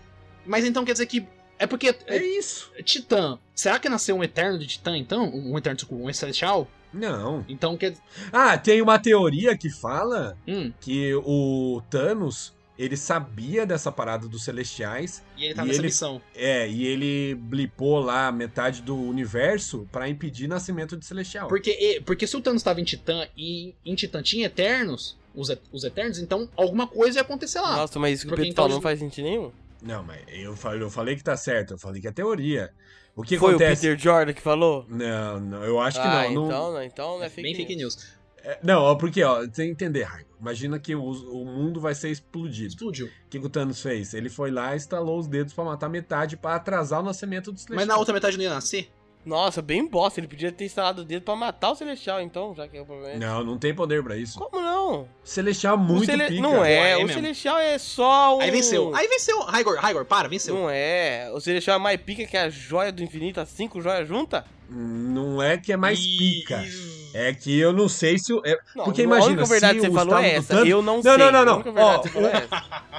Mas então quer dizer que. É porque. É isso. Titã. Será que nasceu um Eterno de Titã, então? Um Eterno, desculpa, um Celestial? Não. Então quer. Ah, tem uma teoria que fala Hum. que o Thanos, ele sabia dessa parada dos Celestiais E ele tá E nessa ele- missão. É, e ele blipou lá metade do universo pra impedir nascimento de Celestial. Porque, e- porque se o Thanos tava em Titã e em Titã tinha Eternos, os, E- os Eternos, então alguma coisa ia acontecer lá. Nossa, mas isso que o Porque Pedro então falou eles- não faz sentido nenhum. Não, mas eu falei, eu falei que tá certo, eu falei que é teoria. O que Foi acontece? o Peter Jordan que falou? Não, não, eu acho que ah, não. não- Então, não, então não é fake Bem fake news. é, não, ó, porque, ó, você tem que entender, Raigo. Imagina que o, o mundo vai ser explodido. Explodiu. O que, que o Thanos fez? Ele foi lá e estalou os dedos pra matar metade pra atrasar o nascimento do Celestial. Mas na outra metade não ia nascer? Nossa, bem bosta. Ele podia ter instalado o dedo pra matar o Celestial, então, já que é o problema. é esse. Não, não tem poder pra isso. Como não? Celestial é O muito Cele- pica. Não Ué, é, é o mesmo. Celestial é só um... Aí venceu. Aí venceu. Raigor, Raigor, para, venceu. Não é. O Celestial é mais pica que a joia do infinito, as cinco joias juntas? Não é que é mais E- pica. e- É que eu não sei se. o- é- Não, Porque a imagina, única verdade se que o você falou é Gustavo essa. Tanto- Eu não, Não, sei. não, não, não. A única verdade Ó, que você falou é essa. [LAUGHS]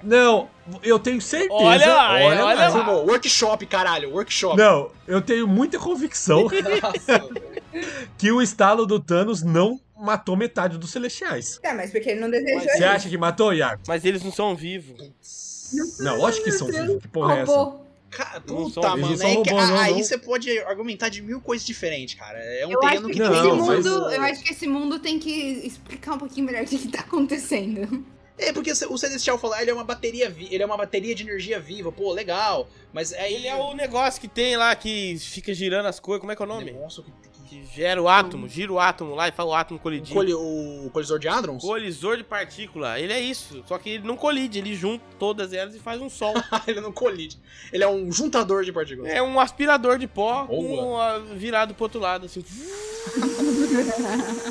Não, eu tenho certeza. Olha lá, é, olha lá. lá. Arrumou. Workshop, caralho, workshop. Não, eu tenho [LAUGHS] muita convicção [LAUGHS] Nossa. que o estalo do Thanos não matou metade dos Celestiais. É, Tá, mas porque ele não desejou Mas Você isso. acha que matou, Iago? Mas eles não são vivos. Não, lógico que são vivos. Que porra é essa? Roubou. Cara, Não são puta, eles mano. são é que- robôs, não, aí não. você pode argumentar de mil coisas diferentes, cara. É um Eu acho terreno que que Não, esse mas- mundo, eu acho que esse mundo tem que explicar um pouquinho melhor o que, que tá acontecendo. É, porque o Celestial falou, ah, ele é uma bateria vi- ele é uma bateria de energia viva, pô, legal. Mas aí Ele é o negócio que tem lá que fica girando as coisas. Como é que é o nome? Demonstro que- que- Que gera o átomo, gira o átomo lá e faz o átomo que- colidir. colhe- o colisor de Hadrons? Colisor de partícula. Ele é isso. Só que ele não colide, ele junta todas elas e faz um sol. [LAUGHS] ele não colide. Ele é um juntador de partículas. é um aspirador de pó com Boa. a, virado pro outro lado, assim.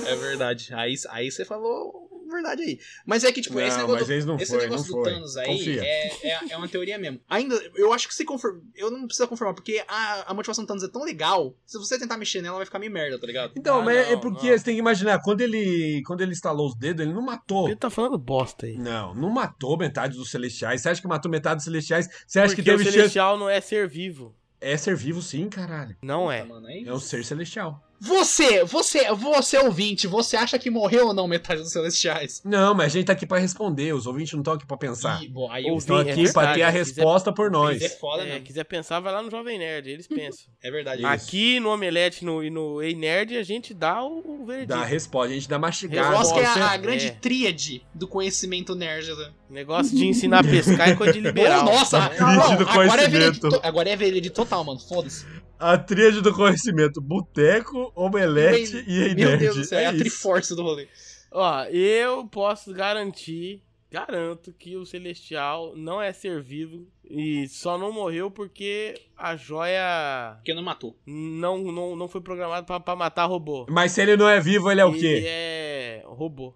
É verdade. Aí, aí você falou a verdade aí. Mas é que, tipo, esse Não, negócio mas eles não Esse foi, não negócio do foi. Thanos aí Confia. é, é, é uma teoria mesmo. Ainda, eu acho que se confirma. Eu não preciso confirmar, porque a, a motivação do Thanos é tão legal. Se você tentar mexer nela, vai ficar meio merda, tá ligado? Então, Ah, mas é não, porque não. você tem que imaginar, quando ele, quando ele estalou os dedos, ele não matou. Ele tá falando bosta aí. Não, não matou metade dos celestiais. Você acha que matou metade dos celestiais? Você acha Porque que o teve chance? celestial não é ser vivo. É ser vivo sim, caralho. Não Tá, é. mano, aí- É um ser celestial. Você, você, você é ouvinte, você acha que morreu ou não metade dos Celestiais? Não, mas a gente tá aqui pra responder. Os ouvintes não estão aqui pra pensar. Ih, bom, aí Ou eu- Estão Sim, é aqui pra verdade. ter a Se quiser- resposta por Tá. nós. É foda É, mesmo. quiser pensar, vai lá no Jovem Nerd, eles [LAUGHS] pensam. É verdade. Isso. Aqui no Omelete no, e no Ei Nerd, a gente dá o, o veredito. Dá a resposta, a gente dá Eu mastigada. gosto que é você- a, a grande é. tríade do conhecimento nerd. né? Negócio de ensinar a pescar é coisa de liberal. Ô, nossa, [LAUGHS] Tríade não, do agora, é veredito- conhecimento. agora é veredito total, mano. Foda-se. A tríade do conhecimento: boteco, omelete Bem, e Meu nerd. Deus do céu, é, É a isso. triforce do rolê. Ó, eu posso garantir, garanto que o Celestial não é ser vivo e só não morreu porque a joia Porque não matou. [LAUGHS] não, não, não foi programada pra, pra matar robô. Mas se ele não é vivo, ele é o Ele quê? é robô.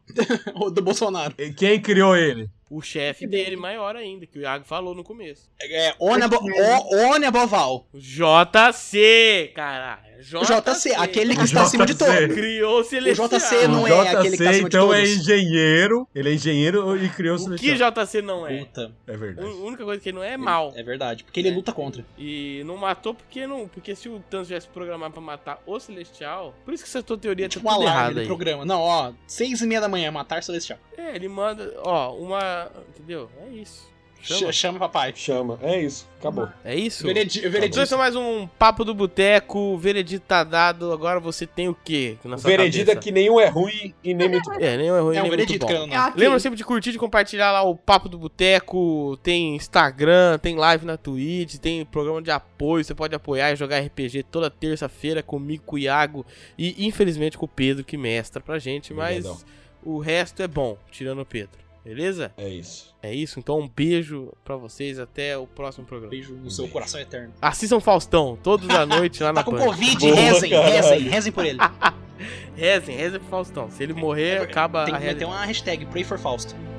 O do Bolsonaro. Quem criou ele? O chefe dele, maior ainda, que o Iago falou no começo. É, on, abo o, on above all. JC, caralho. O é. JC, aquele que O está acima de JC. todos. criou o Celestial. JC não o é aquele que tá acima de então é todos. engenheiro. Ele é engenheiro e criou O o que já... JC não é? Puta, É A verdade. única coisa que ele não é é mal. é verdade, porque ele luta contra. E não matou porque não. Porque se o Thanos tivesse programado pra matar o Celestial. Por isso que essa tua teoria Tipo um tá tudo alarme errada do aí. programa. Não, ó, seis e meia da manhã, matar Celestial. É, ele manda. Ó, uma. Entendeu? É isso. Chama. Chama, Chama papai. Chama. É isso. Acabou. É isso? Veredi- Então esse Veredito. é mais um Papo do Boteco. O veredito tá dado. Agora você tem o quê? Na sua Veredita cabeça? que nenhum é ruim e nem [LAUGHS] muito bom. É, nem é ruim, É um nem muito veredito, bom. querendo ou É não. aqui. Lembra sempre de curtir, de compartilhar lá o Papo do Boteco. Tem Instagram, tem live na Twitch, tem programa de apoio. Você pode apoiar e jogar RPG toda terça-feira comigo, com o Iago e infelizmente com o Pedro que mestra pra gente. Mas Obrigadão. o resto é bom, tirando o Pedro. Beleza? É isso. É isso. Então um beijo pra vocês. Até o próximo programa. Beijo no seu coração eterno. Assistam Faustão, todos à noite lá na Tá com Band. Covid, Boa, rezem, caralho. rezem, rezem [LAUGHS] por ele. Rezem, rezem pro Faustão. Se ele morrer, acaba É Tem a que meter realidade. uma hashtag, pray for Fausto.